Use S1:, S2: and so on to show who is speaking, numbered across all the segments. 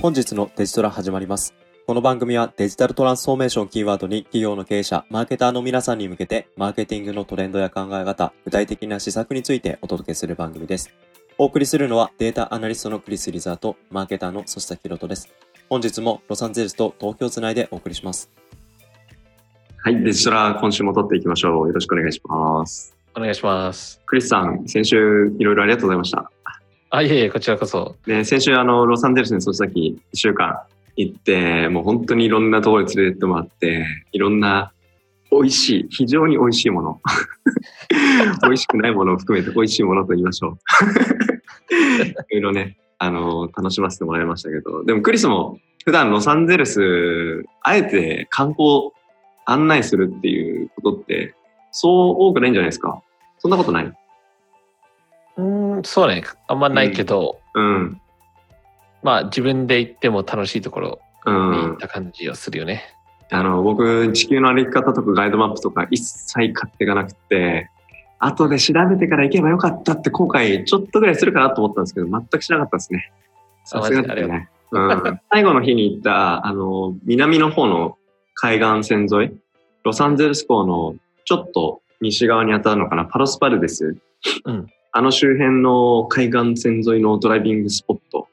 S1: 本日のデジトラ始まります。この番組はデジタルトランスフォーメーションキーワードに企業の経営者、マーケターの皆さんに向けて、マーケティングのトレンドや考え方、具体的な施策についてお届けする番組です。お送りするのはデータアナリストのクリス・リザーと、マーケターのソシタキロトです。本日もロサンゼルスと東京をつないでお送りします。
S2: はい、デジトラ、今週も撮っていきましょう。よろしくお願いします。
S3: お願いします。
S2: クリスさん、先週いろいろありがとうございました。
S3: あ、いえいえ、こちらこそ。
S2: で先週、あの、ロサンゼルスにその先1週間行って、もう本当にいろんなところに連れてってもらって、いろんな美味しい、非常に美味しいもの。 美味しくないものを含めて美味しいものと言いましょう。 いろいろね、あの、楽しませてもらいましたけど、でもクリスも普段ロサンゼルス、あえて観光案内するっていうことって、そう多くないんじゃないですか。そんなことない
S3: うん、そうね。あんまないけど、
S2: うん。
S3: まあ自分で行っても楽しいところ
S2: う
S3: に
S2: ん
S3: 行っ。た感じをするよね。
S2: あの、僕、地球の歩き方とかガイドマップとか一切買っていかなくて、後で調べてから行けばよかったって後悔ちょっとぐらいするかなと思ったんですけど、全くしなかったですね。さすがだったよね。 うん、最後の日に行った、あの、南の方の海岸線沿い、ロサンゼルス港のちょっと西側に当たるのかな、パロスパルデス。
S3: うん
S2: あの周辺の海岸線沿いのドライビングスポット。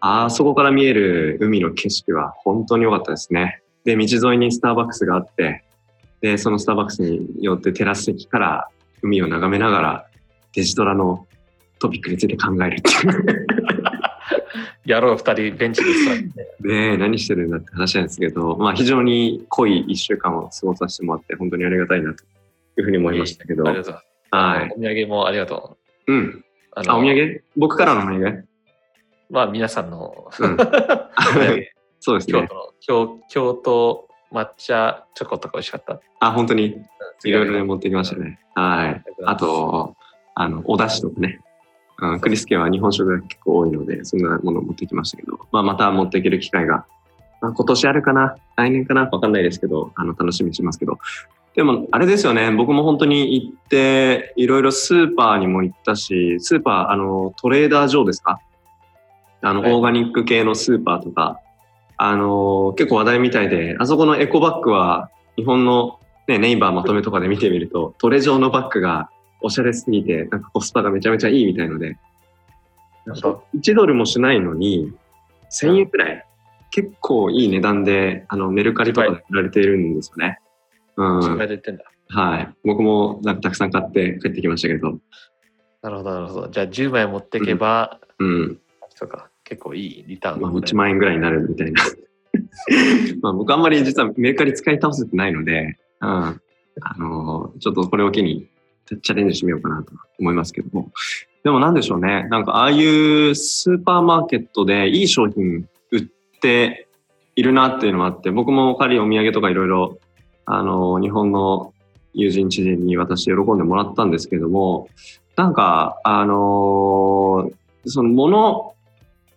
S2: あそこから見える海の景色は本当に良かったですね。で、道沿いにスターバックスがあって、で、そのスターバックスによってテラス席から海を眺めながらデジトラのトピックについて考えるっていう。
S3: やろう、二人ベンチに座って。
S2: で、何してるんだって話なんですけど、まあ非常に濃い一週間を過ごさせてもらって本当にありがたいなというふうに 思いましたけど。
S3: ありがとうございます。
S2: はい。
S3: お土産もありがとう。
S2: うん。
S3: あの
S2: あ、お土産僕からのお土産
S3: まあ皆さんの、
S2: うん
S3: お土産
S2: そうです
S3: 京
S2: ね
S3: 都。の京、京都抹茶チョコとか美味しかった。
S2: あ、本当にいろいろね持ってきましたね。はい。あ
S3: あと、
S2: と、あの、お出汁とかね。うんクリスケは日本食が結構多いので、そんなものを持ってきましたけど、まあ、また持っていける機会が、まあ、今年あるかな、来年かな、わかんないですけど、あの、楽しみにしますけど。でも、あれですよね、僕も本当に行って、いろいろスーパーにも行ったし、スーパー、あの、トレーダー上ですかあの、
S3: はい
S2: オーガニック系のスーパーとか、あの、結構話題みたいで、あそこのエコバッグは、日本の、ね、ネイバーまとめとかで見てみると、トレ状のバッグがおしゃれすぎて、なんかコスパがめちゃめちゃいいみたいので、1ドルもしないのに、1000円くらい、結構いい値段で、あの、メルカリとかで売られているんですよね。うん。
S3: 自で言ってんだ。
S2: はい。僕もなんかたくさん買って帰ってきましたけど、
S3: なるほど、なるほど。じゃあ10枚持っていけば、
S2: うん。
S3: そうか、結構いいリターン
S2: まあ、
S3: が
S2: 1万円ぐらいになるみたいな。 まあ、僕あんまり実はメルカリ使い倒せてないので、うん。あのーちょっとこれを機にチャレンジしてみようかなと思いますけども。でもなんでしょうね。なんかああいうスーパーマーケットでいい商品売っているなっていうのもあって、僕も仮にお土産とかいろいろ、あのー日本の友人知人に渡して喜んでもらったんですけども、なんか、あのーその物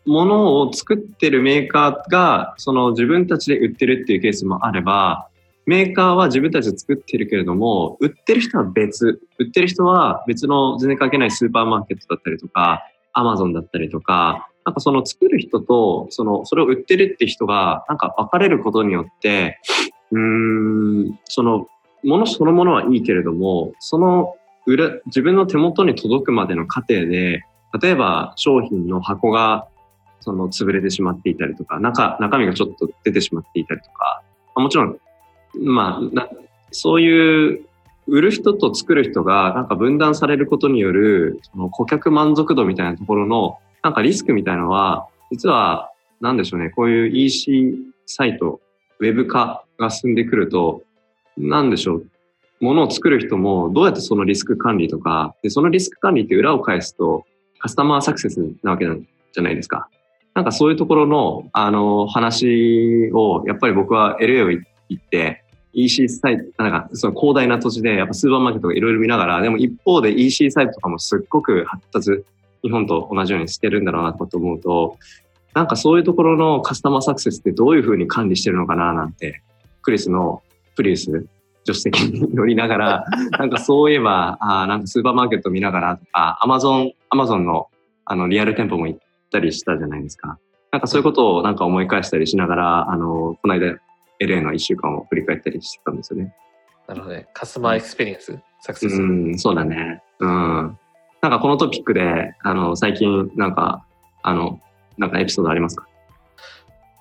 S2: ものを作ってるメーカーがその自分たちで売ってるっていうケースもあればメーカーは自分たちで作ってるけれども売ってる人は別売ってる人は別の全然関係ないスーパーマーケットだったりとかアマゾンだったりとかなんかその作る人とそのそれを売ってるって人がなんか分かれることによってうーんそのものそのものはいいけれどもその裏自分の手元に届くまでの過程で例えば商品の箱がその潰れてしまっていたりとか、中、中身がちょっと出てしまっていたりとか、まあもちろん、まあ、なそういう、売る人と作る人がなんか分断されることによる、その顧客満足度みたいなところの、なんかリスクみたいなのは、実は、なんでしょうね、こういう EC サイト、ウェブ化が進んでくると、なんでしょう、ものを作る人もどうやってそのリスク管理とか、で、そのリスク管理って裏を返すと、カスタマーサクセスなわけなんじゃないですか。なんかそういうところの、あの、話を、やっぱり僕は LA を行って、EC サイト、なんかその広大な土地で、やっぱスーパーマーケットがいろいろ見ながら、でも一方で EC サイトとかもすっごく発達、日本と同じようにしてるんだろうなと思うと、なんかそういうところのカスタマーサクセスってどういうふうに管理してるのかななんて、クリスのプリウス、助手席に乗りながら、なんかそういえば、あーなんかスーパーマーケット見ながらとか、アマゾン、アマゾンのあのリアル店舗も行ったりしたじゃないですか。なんかそういうことをなんか思い返したりしながら、あの、この間 LA の1週間を振り返ったりしてたんですよね。
S3: なるほどね。カスタマーエクスペリエンス、サクセス。
S2: うん、そうだね。うん。なんかこのトピックで、あの、最近、なんか、あの、なんかエピソードありますか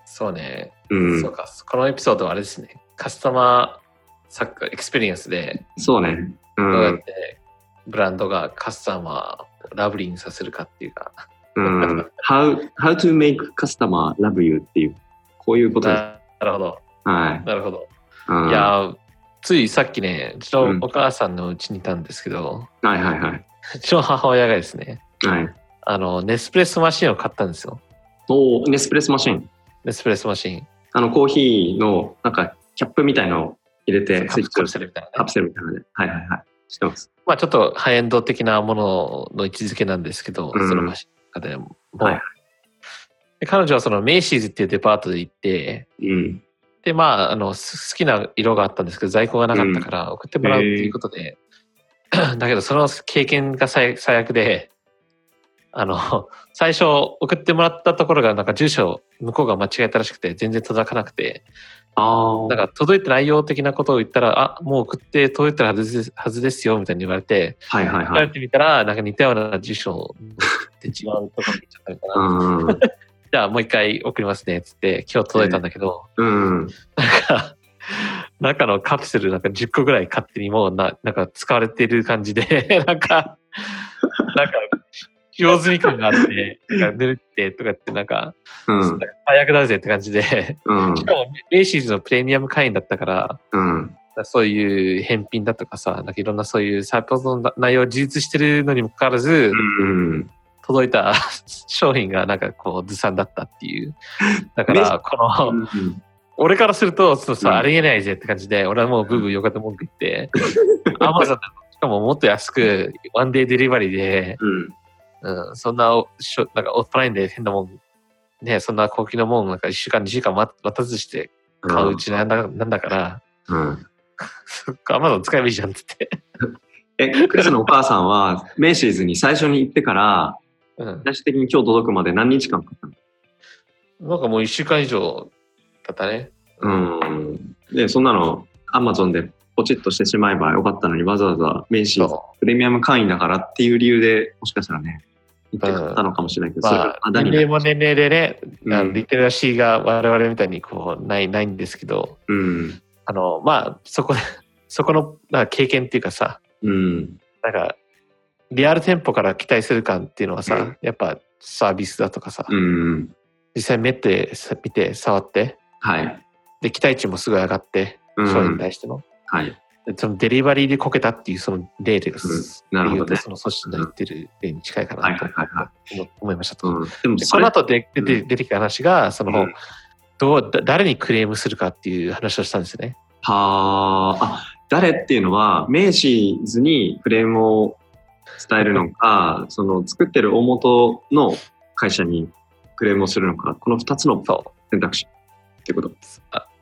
S3: そうね、
S2: うん。
S3: そ
S2: そう
S3: か。このエピソードはあれですね。カスタマーサクエクスペリエンスで、
S2: うね。う
S3: どうやっ
S2: ん。
S3: てブランドがカスタマーをラブリーにさせるかっていうか、
S2: うん。how, how to make customer love you っていう、こういうことです。
S3: ななるほど、
S2: はい。
S3: なるほど。
S2: うん
S3: いやー、ついさっきね、うち
S2: う
S3: の
S2: ん
S3: お母さんのうちにいたんですけど、
S2: はいはいはい。
S3: うちの母親がですね、
S2: はい。
S3: あの、ネスプレッソマシンを買ったんですよ。
S2: おーネスプレスマシン。
S3: ネスプレッソマシン。
S2: あの、コーヒーの、なんか、キャップみたいのを入れて、
S3: カプカプ
S2: セ
S3: セ
S2: ル。
S3: ルみたいな
S2: カ
S3: ね
S2: プ。セルみたいなので。はいはいはい。知ってます。
S3: まあちょっとハイエンド的なものの位置づけなんですけど、
S2: うん
S3: そのマシンの中でも。
S2: はい
S3: で彼女はそのメイシーズっていうデパートで行って、
S2: うん。
S3: で、まあ、あの、す好きな色があったんですけど、在庫がなかったから送ってもらうっていうことで、 だけど、その経験が最最悪で、あの、最初送ってもらったところが、なんか住所、向こうが間違えたらしくて、全然届かなくて、
S2: ああ。
S3: なんか届いてないよ的なことを言ったら、あ、もう送って届いてるはずですはずですよ、みたいに言われて、
S2: はいはい
S3: 調
S2: は
S3: べ
S2: い。
S3: てみたら、なんか似たような住所で違うところに行っちゃったみたいな。
S2: うん。
S3: じゃあもう一回送りますね、つって、今日届いたんだけど、
S2: うん。
S3: 中のカプセルなんか10個ぐらい勝手にもうな、なんか使われてる感じで、 なんか、なんか、使用済み感があって、なんか濡れてとかって、なんか、
S2: う
S3: なんんか。最悪だぜって感じで、
S2: うん
S3: し。かもメイシーズのプレミアム会員だったから、
S2: うん。
S3: そういう返品だとかさ、なんかいろんなそういうサポートの内容を充実してるのにもかかわらず、
S2: うん。
S3: 届いた 商品がなんかこうずさんだったっていう。だから、この、俺からすると、そのさ、
S2: うん
S3: ありえないぜって感じで、俺はもうブーブーよかった文句言って、 アマゾンしかももっと安く、ワンデーデリバリーで、
S2: うん。
S3: うん、そんなおしょ、なんかオートラインで変なもん、ね、そんな高級なもん、なんか1週間、2週間待待たずして買ううちなんだなんだから、
S2: うん。
S3: そっか、アマゾン使えばいいじゃんって言って。
S2: え、クリスのお母さんは、メイシーズに最初に行ってから、
S3: うん、
S2: 最終的に今日届くまで何日間かかっ
S3: なんかもう1週間以上だったね。
S2: たのうん。で、そんなの、アマゾンでポチッとしてしまえばよかったのに、わざわざメイシーズ
S3: そ
S2: プレミアム会員だからっていう理由で、もしかしたらね、行って買ったのかもしれないけ
S3: う。
S2: ど、それ
S3: ま
S2: が
S3: あ、
S2: あだ
S3: 年
S2: に
S3: 齢
S2: ね。
S3: も年齢でね、
S2: うん
S3: あのリテラシーが我々みたいにこう、ない、ないんですけど、
S2: うん。
S3: あの、まあ、そこで、 そこの、なんか経験っていうかさ、
S2: うん。
S3: なんか、リアル店舗から期待する感っていうのはさ、
S2: うん
S3: やっぱサービスだとかさ、
S2: うん。
S3: 実際目でさ見て触って、
S2: はい。
S3: で、期待値もすごい上がって、
S2: う
S3: 商品に
S2: ん。
S3: 対しての。
S2: はい。
S3: でそのデリバリーでこけたっていうその例で、
S2: なるほどね
S3: 言うとその組織の言ってる例に近いか
S2: はい
S3: なと
S2: はいはいは
S3: 思思いました
S2: い。
S3: と。
S2: うん。でも
S3: で
S2: そ
S3: この
S2: れ、
S3: 後で出て
S2: う
S3: 出てきた話が、その、
S2: うん
S3: どうだ誰にクレームするかっていう話をしたんですよね。
S2: はーあ、誰っていうのは、名詞図にフレームを伝えるのか、その作ってる大元の会社にクレームをするのか、この2つの
S3: そう。
S2: 選択肢ってこと。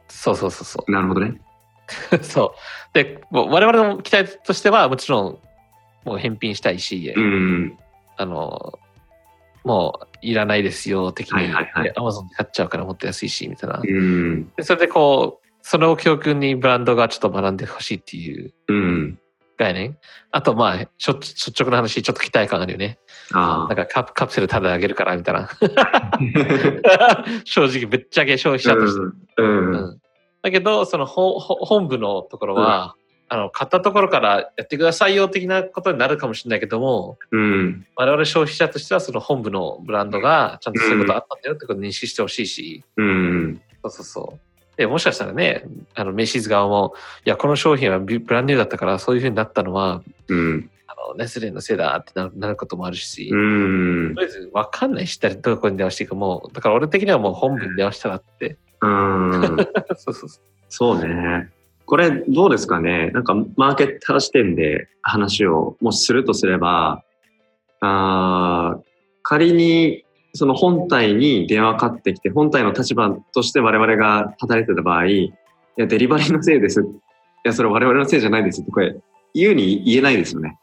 S3: そうそうそうそう。
S2: なるほどね。
S3: そう。で、もう我々の期待としては、もちろん、もう返品したいし、
S2: うん。
S3: あの、もういらないですよ、的
S2: は
S3: に。
S2: いはいはい
S3: で Amazon で買っちゃうからもっと安いし、みたいな。
S2: うん。
S3: でそれでこう、それを教訓にブランドがちょっと学んでほしいっていう
S2: うん。
S3: 概念。あと、まあ、しょ率直な話、ちょっと期待感あるよね。
S2: あ
S3: なんかカプカプセルただであげるから、みたいな。
S2: あ。うん
S3: 正直、ぶっちゃけ消費者として。
S2: うん
S3: うんだけど、そのほほ本部のところは、あの、買ったところからやってくださいよ的なことになるかもしれないけども、
S2: うん。
S3: 我々消費者としてはその本部のブランドがちゃんとそういうことあったんだよってことを認識してほしいし、
S2: うん。
S3: そうそうそう。で、もしかしたらね、あの、メイシーズ側も、いや、この商品はビブランドニューだったから、そういうふうになったのは、
S2: うん。
S3: あの、ネスレのせいだってななることもあるし、
S2: うん
S3: と。りあえず分かんないし、誰どこに電話していいかもう、だから俺的にはもう本部に電話したらって。
S2: うん。
S3: そうそうそ
S2: そうね。これどうですかねなんかマーケッター視点で話をもしするとすれば、あー仮にその本体に電話かかってきて、本体の立場として我々が働いてた場合、いや、デリバリーのせいです。いや、それ我々のせいじゃないですってこれ、言うに言えないですよね。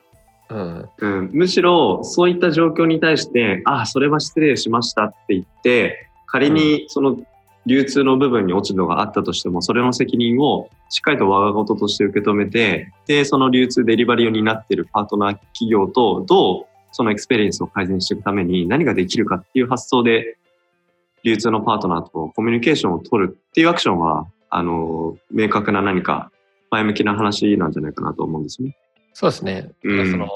S3: う。うん。
S2: うん、むしろそういった状況に対して、ああ、それは失礼しましたって言って、仮にその流通の部分に落ち度があったとしても、それの責任をしっかりと我が事として受け止めて、で、その流通デリバリーを担っているパートナー企業と、どうそのエクスペリエンスを改善していくために何ができるかっていう発想で、流通のパートナーとコミュニケーションを取るっていうアクションは、あの、明確な何か前向きな話なんじゃないかなと思うんですね。
S3: そうですね。
S2: うん
S3: だからその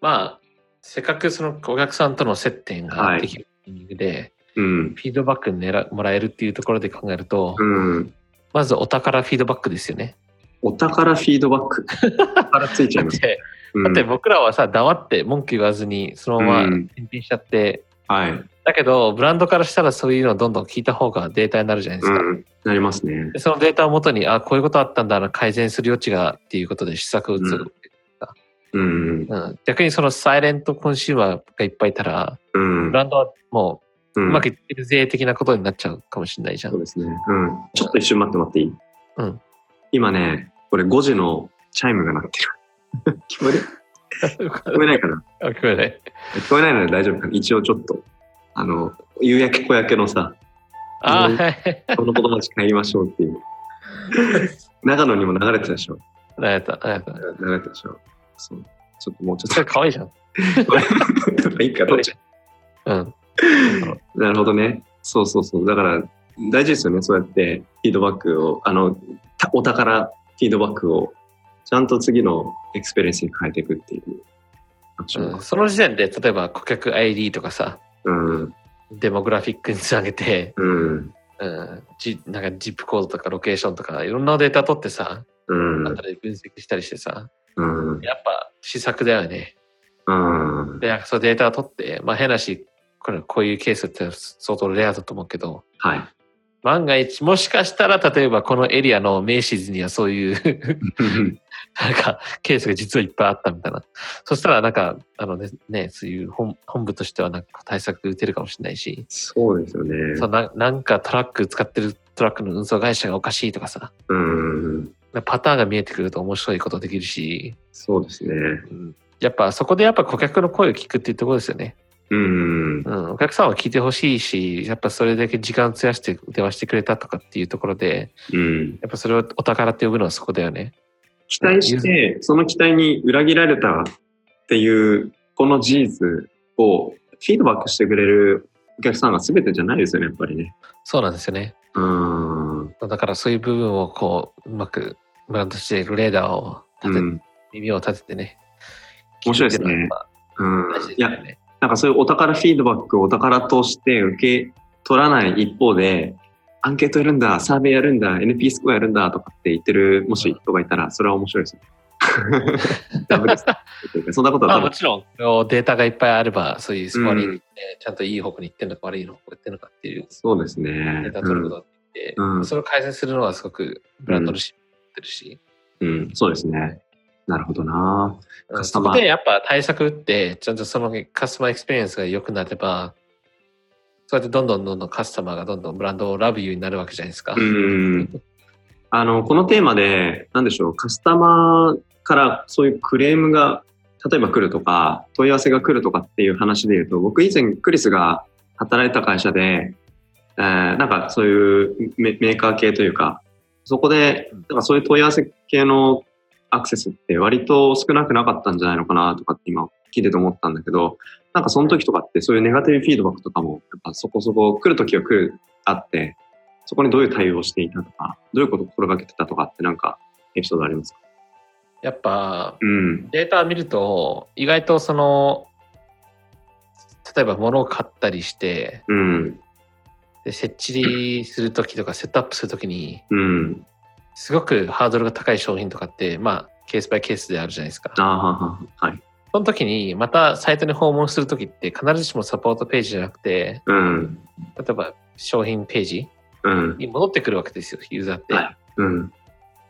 S3: まあ、せっかくそのお客さんとの接点ができるタイミングで、
S2: うん。
S3: フィードバックねらもらえるっていうところで考えると、
S2: うん。
S3: まずお宝フィードバックですよね。
S2: お宝フィードバック。お宝ついちゃ
S3: だ
S2: いま
S3: っ
S2: す。
S3: て、
S2: う
S3: だ
S2: ん
S3: って僕らはさ、黙って文句言わずに、そのま
S2: う
S3: ま
S2: ん
S3: 返品しちゃって、
S2: はい。
S3: だけど、ブランドからしたらそういうのをどんどん聞いた方がデータになるじゃないですか。
S2: うん。なりますね。
S3: でそのデータをもとに、あ、こういうことあったんだな、改善する余地がっていうことで施策を打つ。
S2: うんうん。
S3: うん逆にそのサイレントコンシューマーがいっぱいいたら、
S2: うん
S3: ブ。ランドはも
S2: う
S3: ううんまくいってるぜ的なことになっちゃうかもしれないじゃん。
S2: そうですね。うん。ちょっと一瞬待ってもらっていい
S3: うん。
S2: 今ね、これ5時のチャイムが鳴ってる。 聞こえる聞こえないかな
S3: あ聞こえない。
S2: 聞こえないなら大丈夫かな一応ちょっと、あの、夕焼け小焼けのさ、
S3: あ
S2: うん
S3: はい。
S2: この友達帰りましょうっていう。 長野にも流れてたでしょ
S3: なやった、なやった。
S2: 流れてたでしょそう。ちょっともうち
S3: そ
S2: ょっ
S3: れ可愛いじゃん。
S2: と、これ、いいか、 どっち
S3: うん。
S2: なるほどね。そうそうそう。だから、大事ですよね。そうやって、フィードバックを、あの、たお宝フィードバックを、ちゃんと次のエクスペリエンスに変えていくっていう。
S3: うんその時点で、例えば顧客 ID とかさ、
S2: うん。
S3: デモグラフィックにつなげて、
S2: うん。
S3: うん、じなんかジップコードとかロケーションとか、いろんなデータ取ってさ、
S2: うん。
S3: あたり分析したりしてさ、
S2: うん。
S3: やっぱ施策だよね。
S2: うん。
S3: で、なんかそうデータ取って、まあ変なし、これこういうケースって相当レアだと思うけど、
S2: はい。
S3: 万が一、もしかしたら、例えばこのエリアの名シーズンにはそういう、 なんか、ケースが実はいっぱいあったみたいな。そしたら、なんか、あのね、ねそういう本本部としてはなんか対策打てるかもしれないし、
S2: そうですよね。
S3: そうななんかトラック使ってるトラックの運送会社がおかしいとかさ、
S2: うん。
S3: パターンが見えてくると面白いことできるし、
S2: そうですね。
S3: やっぱそこでやっぱ顧客の声を聞くっていうところですよね。
S2: うん。
S3: うん、お客さんは聞いてほしいし、やっぱそれだけ時間費やして電話してくれたとかっていうところで、
S2: うん。
S3: やっぱそれをお宝って呼ぶのはそこだよね。
S2: 期待して、その期待に裏切られたっていう、この事実をフィードバックしてくれるお客さんが全てじゃないですよね、やっぱりね。
S3: そうなんですよね。
S2: うん。
S3: だからそういう部分をこう、うまくブランドしてレーダーを
S2: う
S3: 立て、
S2: ん。
S3: 耳を立ててね。
S2: 面白いですね
S3: 聞くってうのは
S2: うん
S3: まあ大事で。
S2: い
S3: す
S2: や
S3: よ、ね。
S2: なんかそういうお宝フィードバックをお宝として受け取らない一方で、アンケートやるんだ、サーベイやるんだ、NP スコアやるんだとかって言ってる、もし人がいたら、それは面白いですね。 ダブ ルスというかそんなこと
S3: ま
S2: は
S3: あ
S2: 多
S3: も
S2: 分、
S3: ちろん、こうデータがいっぱいあれば、そういうスコアリング
S2: う
S3: で、ちゃんといい方向に行ってるのか悪い方向に行ってるのかっていう
S2: そうですね。
S3: データ取ることができて、
S2: うんうん
S3: それを改善するのはすごくブランドのシーンになってるし、
S2: うん、そうですね。なるほどな。
S3: う
S2: カ
S3: ん
S2: スタ
S3: そ
S2: マー
S3: こでやっぱ対策打って、ちゃんとそのカスタマーエクスペリエンスが良くなれば、そうやってどんどんどんどんカスタマーがどんどんブランドをラブユーになるわけじゃないですか。
S2: うん。あの、このテーマで、なんでしょう、カスタマーからそういうクレームが、例えば来るとか、問い合わせが来るとかっていう話で言うと、僕以前クリスが働いた会社で、えーなんかそういうメメーカー系というか、そこで、なんかそういう問い合わせ系のアクセスって割と少なくなかったんじゃないのかなとかって今聞いてて思ったんだけど、なんかその時とかってそういうネガティブフィードバックとかも、やっぱそこそこ来る時は来る、あって、そこにどういう対応をしていたとか、どういうことを心がけてたとかってなんかエピソードありますか
S3: やっぱ
S2: うん。
S3: データを見ると、意外とその、例えば物を買ったりして、
S2: うん。
S3: で設置するときとかセットアップするときに、
S2: うん。
S3: すごくハードルが高い商品とかって、まあ、ケースバイケースであるじゃないですか。
S2: ああ、はははい。
S3: その時に、またサイトに訪問する時って、必ずしもサポートページじゃなくて、
S2: うん。
S3: 例えば商品ページ
S2: うん。
S3: に戻ってくるわけですよ、ユーザーって。
S2: はいうん。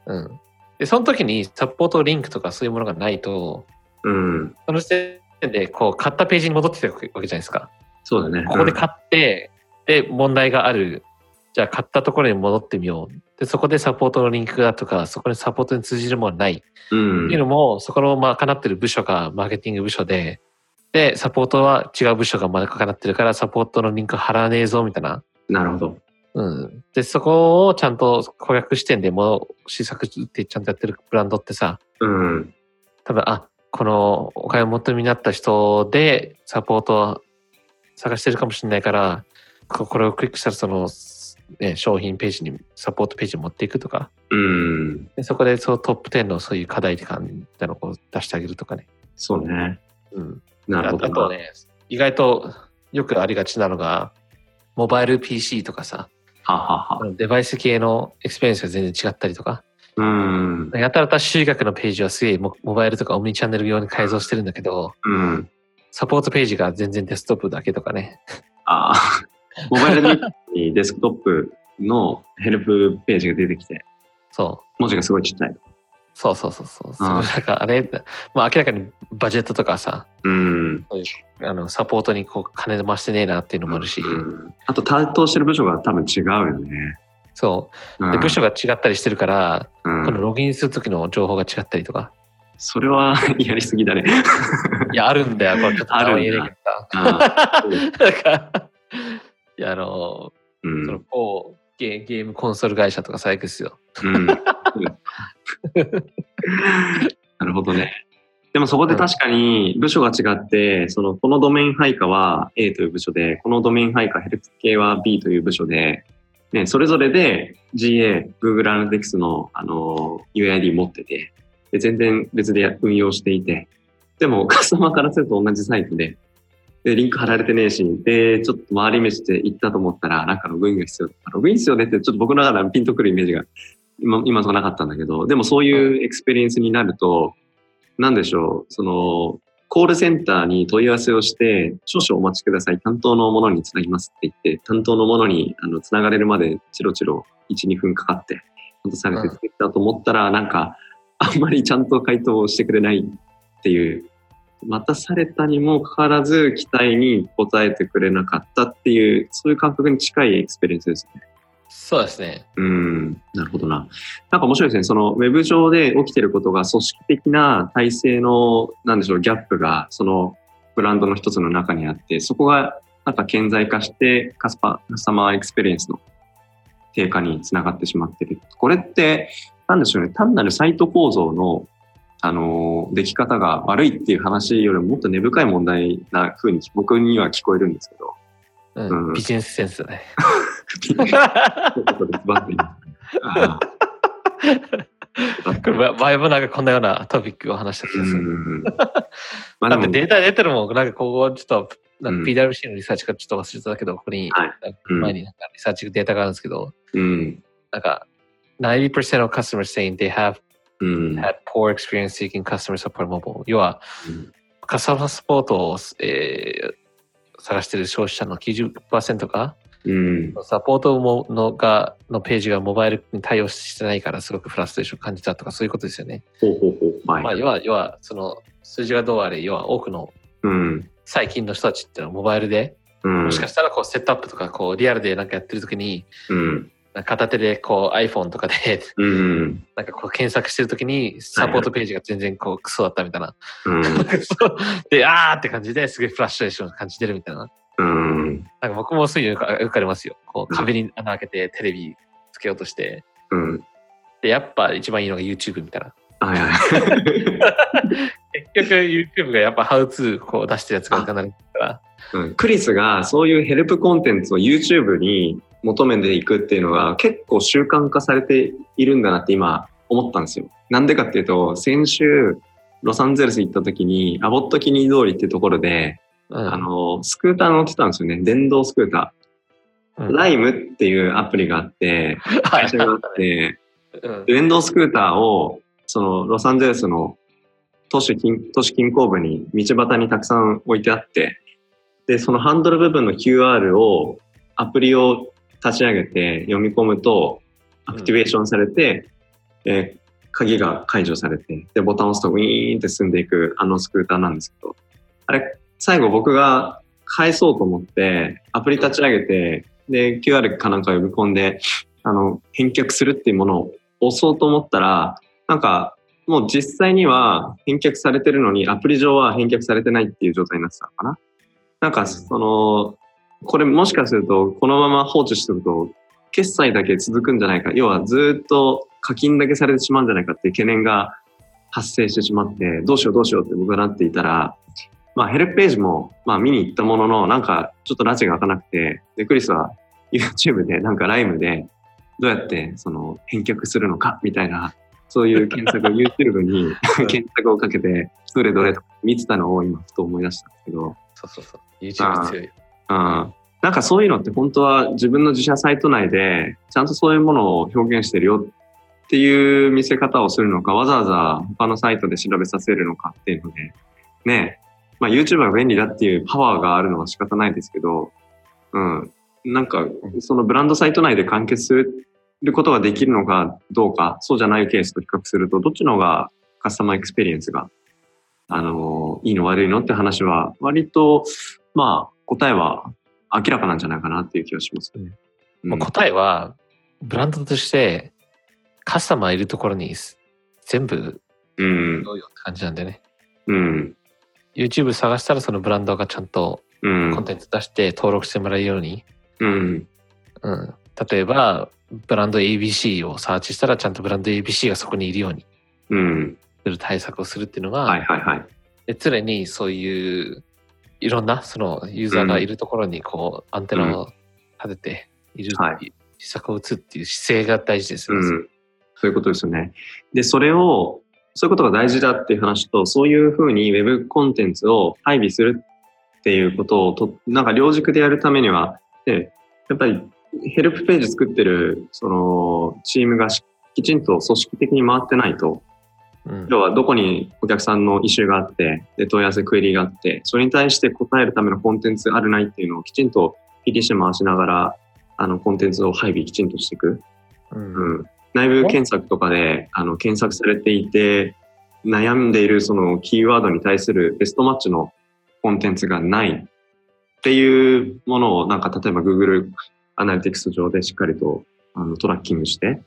S3: うん。で、その時にサポートリンクとかそういうものがないと、
S2: うん。
S3: その時点で、こう、買ったページに戻ってきてるわけじゃないですか。
S2: そうだね。
S3: ここで買って、で、問題がある。じゃあ、買ったところに戻ってみよう。で、そこでサポートのリンクだとか、そこにサポートに通じるものない。
S2: うん。
S3: っていうのも、そこのまあ賄ってる部署がマーケティング部署で、で、サポートは違う部署がまあ賄ってるから、サポートのリンク貼らねえぞ、みたいな
S2: なるほど。
S3: うん。で、そこをちゃんと顧客視点でも試作ってちゃんとやってるブランドってさ、
S2: うん。
S3: 多分、あ、このお買い求めになった人でサポートを探してるかもしれないから、ここれをクリックしたらその、ね、商品ページに、サポートページに持っていくとか、
S2: うん。
S3: でそこでそのトップ10のそういう課題とかみたいなのを出してあげるとかね。
S2: そうね。
S3: うん。
S2: な
S3: あ
S2: るほ
S3: あ
S2: どな。
S3: とね、意外とよくありがちなのが、モバイル PC とかさ、
S2: ははは。
S3: デバイス系のエクスペリエンスが全然違ったりとか、
S2: うん。
S3: やたらた集客のページはすげえモモバイルとかオムニチャンネル用に改造してるんだけど、
S2: うん。
S3: サポートページが全然デスクトップだけとかね。
S2: ああ。 モバイルにデスクトップのヘルプページが出てきて、
S3: そう。
S2: 文字がすごいちっちゃい。
S3: そうそうそうそう。それ
S2: あ
S3: な
S2: あ
S3: んかあれ、まあ明らかにバジェットとかさ、
S2: うん。
S3: あの、サポートにこう金で回してねえなっていうのもあるし、
S2: うんあと担当してる部署が多分違うよね。
S3: そうう。
S2: ん
S3: で、部署が違ったりしてるから、
S2: うん
S3: このログインするときの情報が違ったりとか。
S2: それは やりすぎだね。
S3: いや、あるんだよ。これちょっと名前言えないけど
S2: あー
S3: さ。なんか、いや、あの、
S2: う
S3: そ
S2: ん。う
S3: の
S2: ん
S3: こうゲ、ゲームコンソール会社とか最悪ですよ。
S2: うんなるほどね。でもそこで確かに部署が違って、その、このドメイン配下は A という部署で、このドメイン配下ヘルプ系は B という部署で、ね、それぞれで GA、Google Analytics の、あの、UID 持ってて、で全然別で運用していて、でも カスタマーからすると同じサイトで、で、リンク貼られてねえし、で、ちょっと回り道で行ったと思ったら、なんかログインが必要。ログイン必要ねって、ちょっと僕の中ではピンとくるイメージが今、今となかったんだけど、でもそういうエクスペリエンスになると、なんでしょう、その、コールセンターに問い合わせをして、少々お待ちください。担当の者につなぎますって言って、担当の者にあのつながれるまで、チロチロ1、2分かかって、ちゃんとされてきたと思ったら、なんか、あんまりちゃんと回答をしてくれないっていう待たされたにもかかわらず期待に応えてくれなかったっていうそういう感覚に近いエクスペリエンスですね。
S3: そうですね。
S2: うんなるほどな。なんか面白いですね。そのウェブ上で起きてることが組織的な体制のなんでしょうギャップがそのブランドの一つの中にあってそこがなんか顕在化してカスパカスタマーエクスペリエンスの低下につながってしまってる。これってなんでしょうね単なるサイト構造のあのー出来方が悪いっていう話よりももっと根深い問題な風に僕には聞こえるんですけど。
S3: うん
S2: うん
S3: ビジネスセンスだね。
S2: ということでズバッと言いますあー
S3: これ前前もなんかこんなようなトピックを話した気
S2: う
S3: がする。
S2: ん。まあ
S3: だ
S2: で
S3: っ
S2: も
S3: て、データ出てるもん、なんかここちょっと、なん
S2: うん
S3: か PWC のリサーチがちょっと忘れてたけど、ここに、
S2: はい
S3: なんか
S2: うん
S3: 前になんかリサーチデータがあるんですけど、
S2: うん。
S3: なんか90% of customers saying they have
S2: うん。
S3: had poor experience seeking customer support mobile. 要は
S2: うん、
S3: カスタマーサポートを、えー探している消費者の90%が、
S2: うん。
S3: サポートものがのページがモバイルに対応してないから、すごくフラストレーションを感じたとか、そういうことですよね。
S2: ほうほうほう。
S3: ま
S2: は
S3: あ、
S2: い。
S3: 要は、要は、その、数字がどうあれ、要は多くの
S2: うん。
S3: 最近の人たちっていうのはモバイルで、
S2: うん。
S3: もしかしたらこう、セットアップとか、こう、リアルでなんかやってるときに、
S2: うん。
S3: なんか片手でこう、iPhone とかで、
S2: うん。
S3: なんかこう、検索してるときに、サポートページが全然こう、クソだったみたいな。
S2: うん。
S3: で、あーって感じですごいフラッシュレーションを感じてるみたいな。
S2: うん。
S3: なんか僕もそういうのよくありますよ。こ
S2: う
S3: う、
S2: ん
S3: 壁に穴開けてテレビつけようとして、
S2: うん。
S3: で、やっぱ一番いいのが YouTube みたいな。
S2: はいはい。
S3: 結局 YouTube がやっぱハウツーこう出してるやつがいかなるから。
S2: うんクリスがそういうヘルプコンテンツを YouTube に求めていくっていうのが結構習慣化されているんだなって今思ったんですよ。なんでかっていうと、先週、ロサンゼルス行った時に、アボットキニー通りっていうところで、
S3: う
S2: あの、スクーター乗ってたんですよね。電動スクーター。ライムっていうアプリがあって、
S3: ブ
S2: 会社があって、電動スクーターを、その、ロサンゼルスの都市近、都市近郊部に、道端にたくさん置いてあって、で、そのハンドル部分の QR を、アプリを立ち上げて読み込むと、アクティベーションされて、えー鍵が解除されて、で、ボタンを押すとウィーンって進んでいく、あのスクーターなんですけど、あれ、最後僕が返そうと思って、アプリ立ち上げて、で、QR かなんか呼び込んで、あの、返却するっていうものを押そうと思ったら、なんか、もう実際には返却されてるのに、アプリ上は返却されてないっていう状態になってたのかな。なんか、その、これもしかすると、このまま放置しておくと、決済だけ続くんじゃないか、要はずっと課金だけされてしまうんじゃないかっていう懸念が発生してしまって、どうしようどうしようって僕がなっていたら、まあヘルプページも、まあ見に行ったものの、なんかちょっと拉致が開かなくて、で、クリスは YouTube でなんかライムで、どうやってその返却するのかみたいな、そういう検索を YouTube に 検索をかけて、どれどれと見てたのを今ふと思い出したんですけど。
S3: そうそうそう。YouTube 強い。
S2: うん。なんかそういうのって本当は自分の自社サイト内でちゃんとそういうものを表現してるよっていう見せ方をするのか、わざわざ他のサイトで調べさせるのかっていうので、ね、まあ YouTube が便利だっていうパワーがあるのは仕方ないですけど、うん。なんかそのブランドサイト内で完結することができるのかどうか、そうじゃないケースと比較すると、どっちの方がカスタマーエクスペリエンスが、あの、いいの悪いのって話は、割と、まあ、答えは明らかなんじゃないかなっていう気がしますね。
S3: うん、答えは、ブランドとしてカスタマーいるところに全部
S2: どう
S3: よって感じなんでね。
S2: うん。
S3: YouTube 探したらそのブランドがちゃんとコンテンツ出して登録してもらえるように。
S2: うん。
S3: うん、例えば、ブランド ABC をサーチしたらちゃんとブランド ABC がそこにいるようにする対策をするっていうのが、
S2: はいはいはい、
S3: で常にそういういろんなそのユーザーがいるところにこうアンテナを立てている、うんはい、施策を打つっていう姿勢が大事ですよね、
S2: うん、そういうことですよね。で、それを、そういうことが大事だっていう話と、そういうふうに Web コンテンツを配備するっていうことをと、なんか両軸でやるためには、でやっぱりヘルプページ作ってる、その、チームがきちんと組織的に回ってないと、要はどこにお客さんのイシューがあってで問い合わせクエリがあってそれに対して答えるためのコンテンツあるないっていうのをきちんと PDC 回しながらあのコンテンツを配備きちんとしていく、
S3: うん、
S2: うん、内部検索とかであの検索されていて悩んでいるそのキーワードに対するベストマッチのコンテンツがないっていうものをなんか例えば Google アナリティクス上でしっかりとあのトラッキングして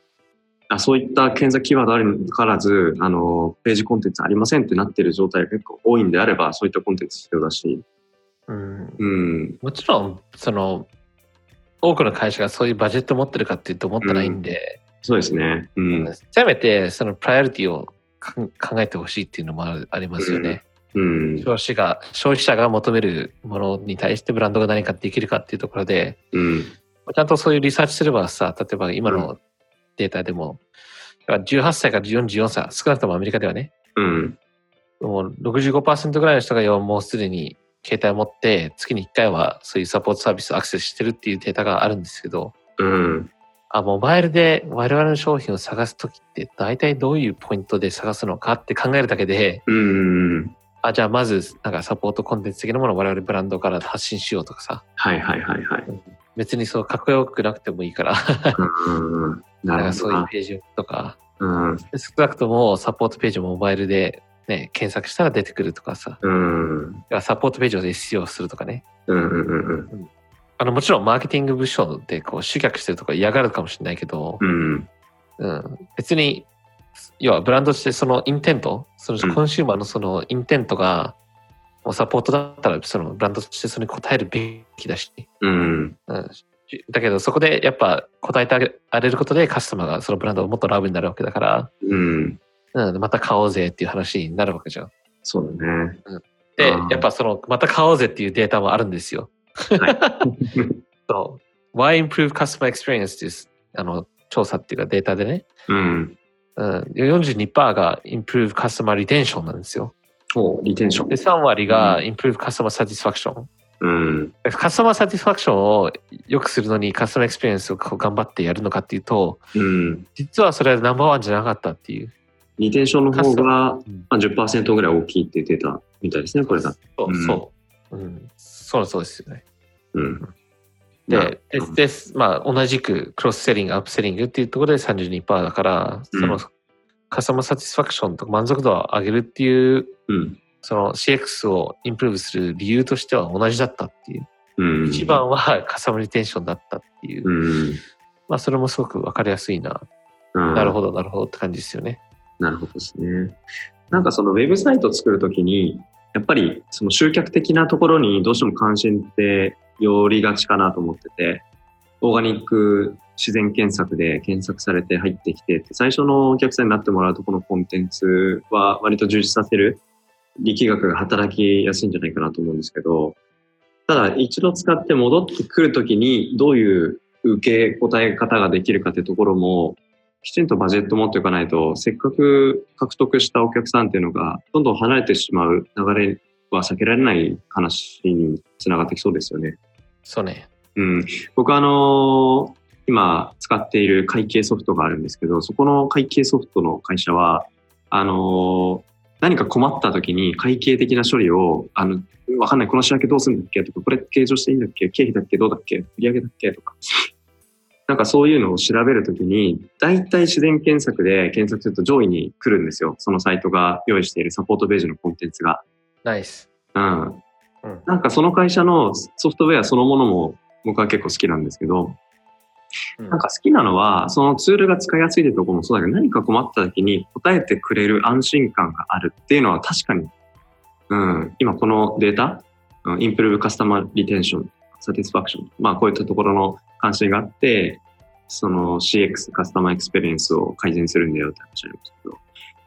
S2: あそういった検索キーワードあるからず、あの、ページコンテンツありませんってなってる状態が結構多いんであれば、そういったコンテンツ必要だし。
S3: うん。
S2: うん、
S3: もちろん、その、多くの会社がそういうバジェット持ってるかっていうと思ってないんで、
S2: うん、そうですね。うん。
S3: せめて、その、プライオリティを考えてほしいっていうのもありますよね。
S2: うん。うん、
S3: 消費者が、消費者が求めるものに対してブランドが何かできるかっていうところで、
S2: うん。
S3: ちゃんとそういうリサーチすればさ、例えば今の、データでも、18歳から44歳、少なくともアメリカではね、
S2: うん、
S3: もう65%ぐらいの人がもうすでに携帯を持って、月に1回はそういうサポートサービスをアクセスしてるっていうデータがあるんですけど、
S2: うん、
S3: あモバイルで我々の商品を探すときって、大体どういうポイントで探すのかって考えるだけで、
S2: うん、
S3: あじゃあまずなんかサポートコンテンツ的なものを我々ブランドから発信しようとかさ。
S2: はいはいはいはい。
S3: 別にそうかっこよくなくてもいいから
S2: うんな
S3: るほど。そういうページとか、
S2: うん、
S3: 少なくともサポートページをモバイルで、ね、検索したら出てくるとかさ、
S2: うん、
S3: サポートページを SEO するとかね。
S2: うんうんうん、
S3: あのもちろんマーケティング部署でこう集客してるとか嫌がるかもしれないけど、
S2: うん、
S3: うん、別に、要はブランドとしてそのインテント、そのコンシューマーのそのインテントが、もうサポートだったらそのブランドとしてそれに応えるべきだし、
S2: うん、
S3: だけどそこでやっぱ答えてあげれることでカスタマーがそのブランドをもっとラブになるわけだから、
S2: うん、
S3: うん、また買おうぜっていう話になるわけじゃん。
S2: そうだね。
S3: うん、で、やっぱそのまた買おうぜっていうデータもあるんですよ。はい、そう Why Improve Customer Experience っていうあの調査っていうかデータでね、
S2: うん、うん、
S3: 42%が Improve Customer Retention なんですよ。
S2: おリテンション。
S3: で、3割が Improve Customer Satisfaction。
S2: うん、
S3: カスタマーサティスファクションを良くするのにカスタマーエクスペリエンスを頑張ってやるのかっていうと、
S2: うん、
S3: 実はそれはナンバーワンじゃなかったっていう。
S2: リテンションの方が、まあ、10%ぐらい大きいっていうデータみたいですね、これが。
S3: そう、そう。うん、そうそうですよね。
S2: うん。
S3: で、で、まあ、同じくクロスセリング、アップセリングっていうところで32%だから、その、カスタマーサティスファクションとか満足度を上げるっていう、
S2: うん
S3: その CX をインプルーブする理由としては同じだったっていう。
S2: うん、
S3: 一番はカスタマーリテンションだったっていう。
S2: うん、
S3: まあそれもすごくわかりやすいな。うん、なるほど、なるほどって感じですよね。
S2: なるほどですね。なんかそのウェブサイトを作るときに、やっぱりその集客的なところにどうしても関心って寄りがちかなと思ってて、オーガニック自然検索で検索されて入ってきて、最初のお客さんになってもらうとこのコンテンツは割と充実させる力学が働きやすいんじゃないかなと思うんですけど、ただ一度使って戻ってくるときにどういう受け答え方ができるかってところも、きちんとバジェット持っておかないと、せっかく獲得したお客さんっていうのが、どんどん離れてしまう流れは避けられない話につながってきそうですよね。
S3: そうね。
S2: うん。僕はあのー今使っている会計ソフトがあるんですけど、そこの会計ソフトの会社は、あのー何か困った時に会計的な処理を、あの、わかんない、この仕分けどうするんだっけとか、これ計上していいんだっけ経費だっけどうだっけ売上だっけとか。 なんかそういうのを調べるときに、大体自然検索で検索すると上位に来るんですよ。そのサイトが用意しているサポートページのコンテンツが。
S3: ナイス。
S2: うん。
S3: うん。
S2: なんかその会社のソフトウェアそのものも僕は結構好きなんですけど、
S3: う
S2: なんか好きなのは、そのツールが使いやすいってところもそうだけど、何か困った時に答えてくれる安心感があるっていうのは確かに、うん、今このデータ、インプルーブカスタマーリテンション、サティスファクション、まあこういったところの関心があって、その CX、カスタマーエクスペリエンスを改善するんだよって話ありましたけど、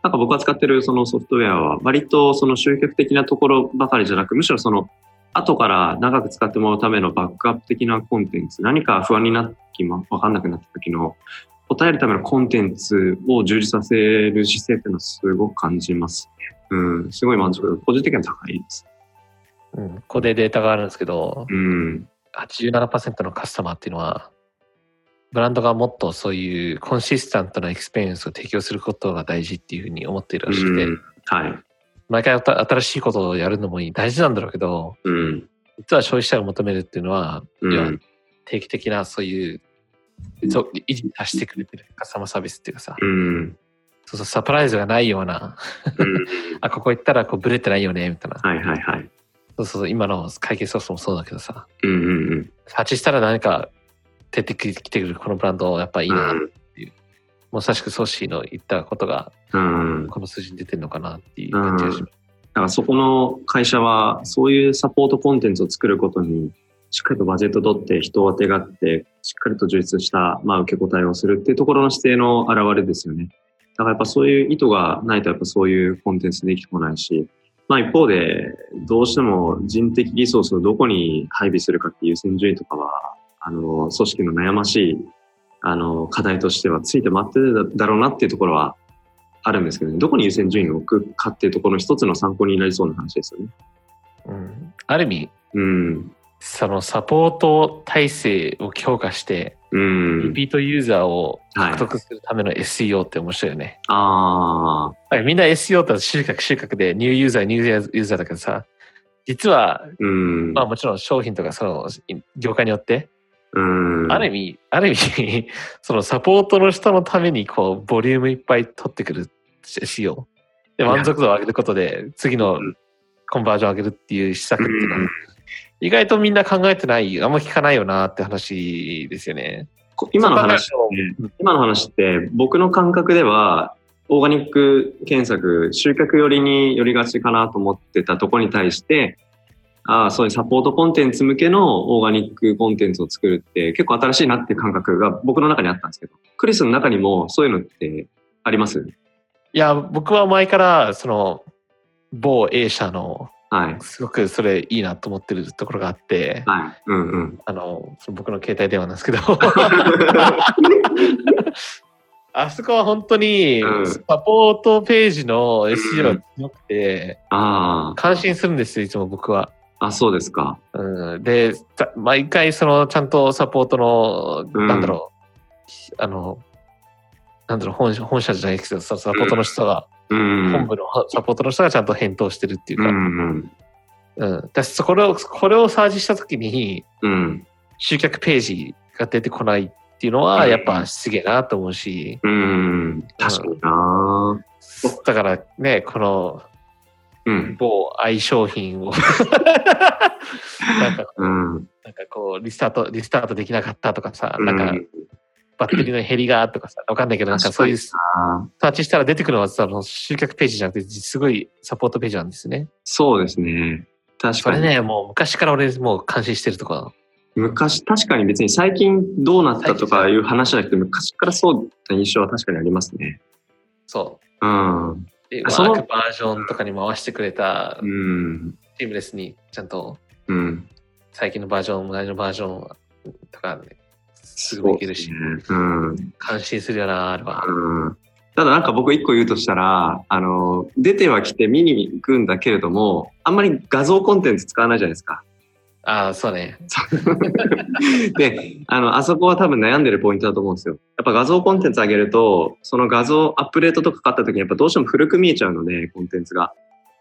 S2: なんか僕が使ってるそのソフトウェアは、割とその集客的なところばかりじゃなく、むしろその後から長く使ってもらうためのバックアップ的なコンテンツ、何か不安になってきま、わかんなくなった時の、答えるためのコンテンツを充実させる姿勢っていうのはすごく感じますね。うん、すごい満足度、個人的には高いです。
S3: うん、ここでデータがあるんですけど、
S2: うん、
S3: 87%のカスタマーっていうのは、ブランドがもっとそういうコンシスタントなエクスペリエンスを提供することが大事っていうふうに思っている
S2: う
S3: らしくて、
S2: ん、はい。
S3: 毎回あた新しいことをやるのも大事なんだろうけど、
S2: うん、
S3: 実は消費者が求めるっていうのは、
S2: うん
S3: 要は定期的なそういう、そう維持足してくれてるカスタマーサービスっていうかさ、
S2: うん、
S3: そうそうサプライズがないような、
S2: うん、
S3: あ、ここ行ったらこうブレてないよね、みたいな。
S2: はいはいはい。
S3: そうそうそう、今の会計ソフトもそうだけどさ、
S2: うん、うん、うん。
S3: 察知したら何か出てきてくるこのブランド、やっぱいいな。
S2: うん
S3: まさしくソーシーの言ったことが、
S2: うん、
S3: この数字に出てるのかなっていう感じがしま
S2: だ
S3: す。
S2: からそこの会社は、そういうサポートコンテンツを作ることに、しっかりとバジェット取って、人をあてがって、しっかりと充実した、まあ、受け答えをするっていうところの姿勢の表れですよね。だからやっぱそういう意図がないと、やっぱそういうコンテンツできてこないし、まあ一方で、どうしても人的リソースをどこに配備するかっていう先順位とかは、あの、組織の悩ましい、あの、課題としてはついて待ってるだろうなっていうところはあるんですけどね、どこに優先順位を置くかっていうところの一つの参考になりそうな話ですよね。
S3: うん、ある意味、
S2: うん。
S3: そのサポート体制を強化して、
S2: うん。
S3: リピートユーザーを
S2: はい
S3: 獲。得するための SEO って面白いよね。
S2: ああ。
S3: なんかみんな SEO って集客集客でニューユーザーニューユーザーだけどさ、実は、
S2: うん。
S3: まあもちろん商品とかその業界によって、
S2: うん。
S3: ある意味、ある意味、 そのサポートの人のためにこうボリュームいっぱい取ってくる SEO。で、
S2: いや
S3: 満足度を上げることで次
S2: う
S3: の
S2: ん
S3: コンバージョンを上げるっていう施策っていうのは
S2: うん
S3: 意外とみんな考えてない、あんま聞かないよなって話ですよね。
S2: こ今の話、
S3: そう考えると
S2: 今の話って僕の感覚では、オーガニック検索、集客寄りに寄りがちかなと思ってたところに対して、ああ、そういうサポートコンテンツ向けのオーガニックコンテンツを作るって結構新しいなっていう感覚が僕の中にあったんですけど、クリスの中にもそういうのってあります
S3: いや、僕は前から、その、某 A 社の、
S2: はい。
S3: すごくそれいいなと思ってるところがあって、
S2: はい。うんうん。
S3: あの、その僕の携帯電話なんですけど、あそこは本当に
S2: うん、
S3: サポートページの SEO が強くて、
S2: あ
S3: 感心するんですよ、いつも僕は。
S2: あ、あ、そうですか。
S3: うん、で、た毎回、その、ちゃんとサポート
S2: う
S3: の、
S2: ん
S3: なんだろう、あの、なんだろう、本社本社じゃないですけど、そのサポートの人が、
S2: うん。
S3: 本部のサポートの人がちゃんと返答してるっていう
S2: う
S3: か、
S2: ん
S3: うん。だし、これを、これをサーチしたときに、
S2: うん。うん。
S3: 集客ページが出てこないっていうのは、
S2: うん
S3: やっぱすげえなと思うし、
S2: うん。確かにな。
S3: だからね、この
S2: うん。
S3: 某愛商 品をなんか、
S2: うん。
S3: なんかこう、リスタート、リスタートできなかったとかさ、なんか
S2: う、
S3: バッテリーの減りがとかさ、わかんないけど、なんかそういうサ
S2: あー
S3: ーチしたら出てくるのは、その集客ページじゃなくて、すごいサポートページなんですね。
S2: そうですね。確
S3: そ
S2: か
S3: れ
S2: に。
S3: ね、もう昔から俺、もう感心してるところ。
S2: 昔、確かに別に最近どうなったとかいう話じゃなくて、昔からそうな印象は確かにありますね。
S3: そ
S2: うん。
S3: う。で、
S2: あ
S3: ワ
S2: その
S3: ークバージョンとかにも合わせてくれた
S2: うん。
S3: チームレスに、ちゃんと
S2: うん。
S3: 最近のバージョン、昔のバージョンとかね、すぐ
S2: そう
S3: できるし
S2: で、すねうん。
S3: 感心するよな、あれは。
S2: うんただなんか僕一個言うとしたら、あの、出ては来て見に行くんだけれども、あんまり画像コンテンツ使わないじゃないですか。
S3: ああ、そうね。
S2: で、あの、あそこは多分悩んでるポイントだと思うんですよ。やっぱ画像コンテンツ上げると、その画像アップデートとかかかった時にやっぱどうしても古く見えちゃうので、コンテンツが。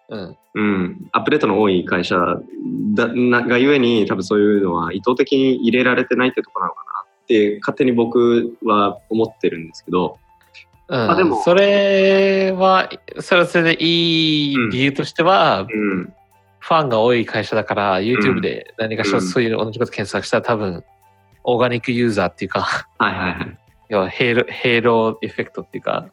S3: うん。
S2: うん。アップデートの多い会社だながゆえに、多分そういうのは意図的に入れられてないってとこなのかなって、勝手に僕は思ってるんですけど、
S3: うん、
S2: あでも
S3: それは、それはそれでいい理由としては、
S2: うん。
S3: ファンが多い会社だから、YouTube で何かしらそういう同じこと検索したら多分、オーガニックユーザーっていうか、
S2: はいはいはい。
S3: 要はヘイロ、ヘイローエフェクトっていうか、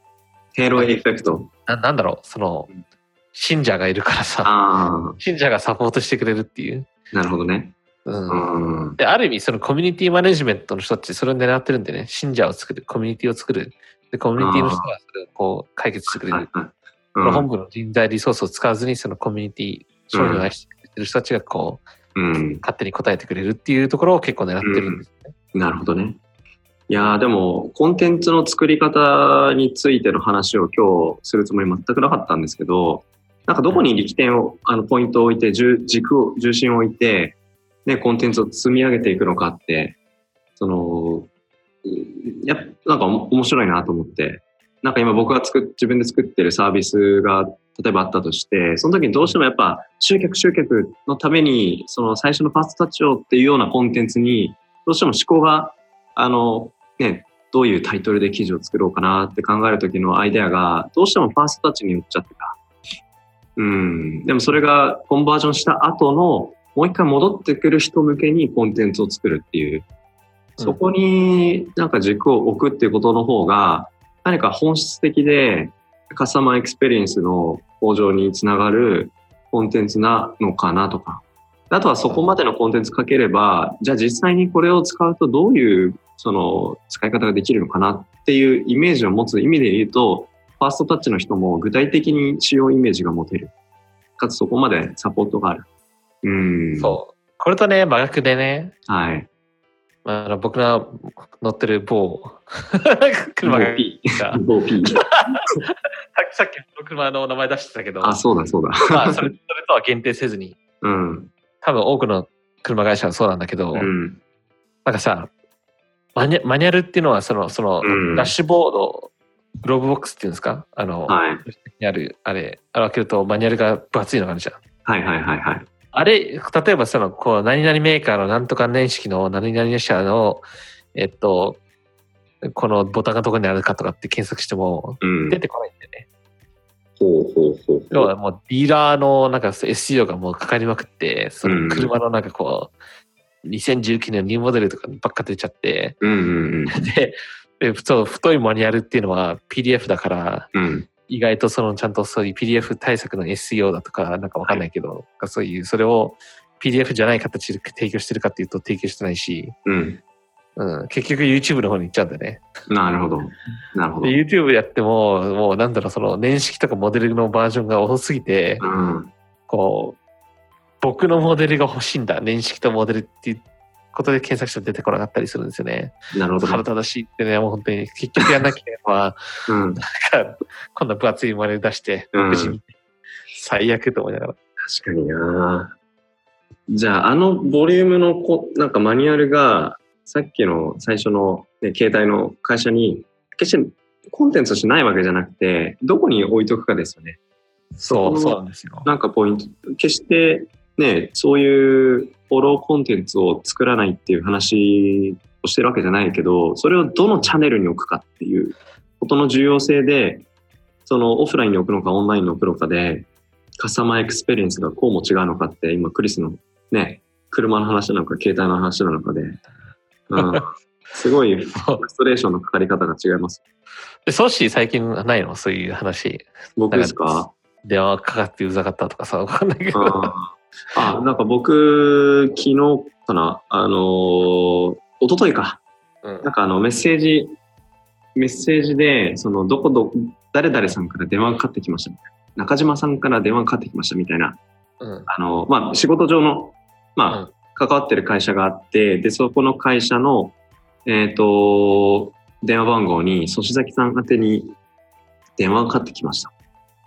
S2: ヘイローエフェクト。
S3: ななんだろう、その
S2: うん、
S3: 信者がいるからさ、
S2: あ
S3: 信者がサポートしてくれるっていう。
S2: あ、なるほどね。う
S3: うん。
S2: ん。
S3: で、ある意味、そのコミュニティマネジメントの人たち、それを狙ってるんでね、信者を作る、コミュニティを作る。で、コミュニティの人がそれをこう、解決してくれ
S2: はい
S3: る。
S2: はい
S3: この本部の人材リソースを使わずに、そのコミュニティ、商品を愛してくれてる人たちがこう、
S2: うんうん。
S3: 勝手に答えてくれるっていうところを結構狙ってるんです。
S2: なるほどね。いやーでも、コンテンツの作り方についての話を今日するつもり全くなかったんですけど、なんかどこに力点を、あの、ポイントを置いて、重軸を、重心を置いて、ね、コンテンツを積み上げていくのかって、その、うんやっなんかおも面白いなと思って、なんか今僕が作っ自分で作ってるサービスが例えばあったとして、その時にどうしてもやっぱ集客集客のために、その最初のファーストタッチをっていうようなコンテンツに、どうしても思考が、あの、ね、どういうタイトルで記事を作ろうかなって考える時のアイデアが、どうしてもファーストタッチに寄っちゃってた。うん。でもそれがコンバージョンした後の、もう一回戻ってくる人向けにコンテンツを作るっていう、そこになんか軸を置くっていうことの方が、何か本質的でカスタマーエクスペリエンスの向上につながるコンテンツなのかなとか。あとはそこまでのコンテンツかければ、じゃあ実際にこれを使うとどういうその使い方ができるのかなっていうイメージを持つ意味で言うと、ファーストタッチの人も具体的に使用イメージが持てる。かつそこまでサポートがある。うん。
S3: そう。これとね、真逆でね、
S2: う。はい。
S3: あの僕が乗ってる某 車が、
S2: P。
S3: さ
S2: 某 P。
S3: っきさっきの車の名前出してたけど、
S2: あ、そうだそうだ。
S3: まあ、それそれとは限定せずに、
S2: うん。
S3: 多分多くの車会社はそうなんだけど、
S2: うん。
S3: なんかさマニュ、マニュアルっていうのはその、その、
S2: うん
S3: ダッシュボード、グローブボックスっていうんですかあの、
S2: はい。
S3: にある、あれ、あれ開けるとマニュアルが分厚いのがあるじゃん。
S2: はいはいはいはい。
S3: あれ、例えばその、こう、何々メーカーのなんとか年式の何々社の、えっと、このボタンがどこにあるかとかって検索しても
S2: うん。
S3: 出てこないんだよね。
S2: ほうほうほう
S3: 要はもうディーラーのなんか SEO がもうかかりまくって、その車のなんかこう、2019年のニューモデルとかばっか出ちゃって、
S2: うんうん
S3: で、でそう太いマニュアルっていうのは PDF だから、
S2: うん。うん。
S3: 意外とそのちゃんとそういう PDF 対策の SEO だとかなんかわかんないけど、そういうそれを PDF じゃない形で提供してるかっていうと提供してないし、
S2: うん。
S3: うん、結局 YouTube の方に行っちゃうんだよね。
S2: なるほど。なるほど。
S3: で YouTube やっても、もうなんだろう、その年式とかモデルのバージョンが多すぎて、
S2: うん。
S3: こう、僕のモデルが欲しいんだ、年式とモデルっていうことで検索したら出てこなかったりするんですよね。
S2: なるほど。
S3: 腹立たしいってね、もう本当に結局やんなきゃいけないのは、
S2: うん。
S3: なんかこんな分厚いマネ出して、
S2: うん
S3: 無事に最悪と思いながら。
S2: 確かになじゃあ、あのボリュームのこ、なんかマニュアルが、さっきの最初の、ね、携帯の会社に、決してコンテンツとしてないわけじゃなくて、どこに置いとくかですよね。
S3: そう、
S2: そ
S3: そううなんですよ。
S2: なんかポイント、決してね、そういうフォローコンテンツを作らないっていう話をしてるわけじゃないけど、それをどのチャンネルに置くかっていうことの重要性で、そのオフラインに置くのかオンラインに置くのかで、カスタマーエクスペリエンスがこうも違うのかって、今クリスのね、車の話なのか携帯の話なのかで、うん、すごいフラストレーションのかかり方が違います。
S3: で、ソッシー最近ないのそういう話。
S2: 僕ですか
S3: 電話かかってうざかったとかさ、わかんないけど。
S2: あーあ、なんか僕、昨日かなあのー、一昨日か。
S3: うん
S2: なんかあの、メッセージ、メッセージで、その、どこど、誰々さんから電話がかかってきましたみたいな。中島さんから電話がかかってきましたみたいな。
S3: うん。
S2: あの、まあ、仕事上の、まあ、関わってる会社があって、で、そこの会社の、えっ、と、電話番号に、粗崎さん宛てに電話がかかってきました。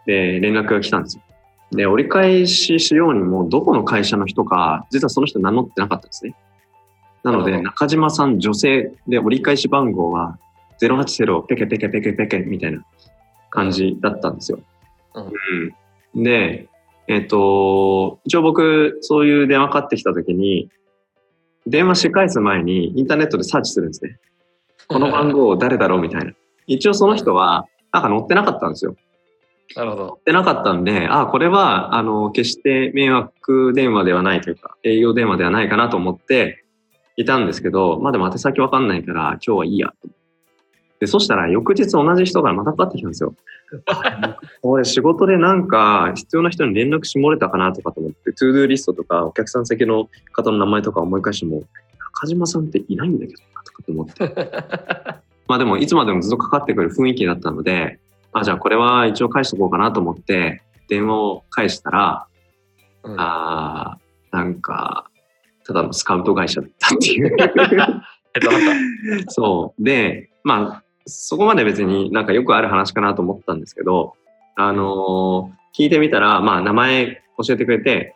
S2: で、連絡が来たんですよ。で、折り返ししようにも、どこの会社の人か、実はその人名乗ってなかったんですね。なの
S3: な
S2: で、
S3: るほど
S2: 中島さん女性で折り返し番号は080ペケペケペケペケみたいな感じだったんですよ。
S3: うん
S2: うんで、えっ、と、一応僕、そういう電話かかってきたときに、電話し返す前にインターネットでサーチするんですね。この番号誰だろうみたいな。一応その人は、なんか乗ってなかったんですよ。乗っ
S3: なるほど。
S2: てなかったんで、ああ、これは、あの、決して迷惑電話ではないというか、営業電話ではないかなと思っていたんですけど、まあでも宛先わかんないから、今日はいいや。で、そしたら翌日同じ人からまたかかってきたんですよ。俺仕事でなんか必要な人に連絡し漏れたかなとかと思って、トゥードゥーリストとかお客さん先の方の名前とか思い返しても、中島さんっていないんだけどなとかと思って。まあでもいつまでもずっとかかってくる雰囲気だったので、あ、じゃあこれは一応返しとこうかなと思って、電話を返したら、
S3: うん
S2: あーなんか、ただのスカウト会社だったって いう。
S3: えっと、なんか
S2: そう。で、まあ、そこまで別になんかよくある話かなと思ったんですけど、あのー聞いてみたら、まあ、名前教えてくれて、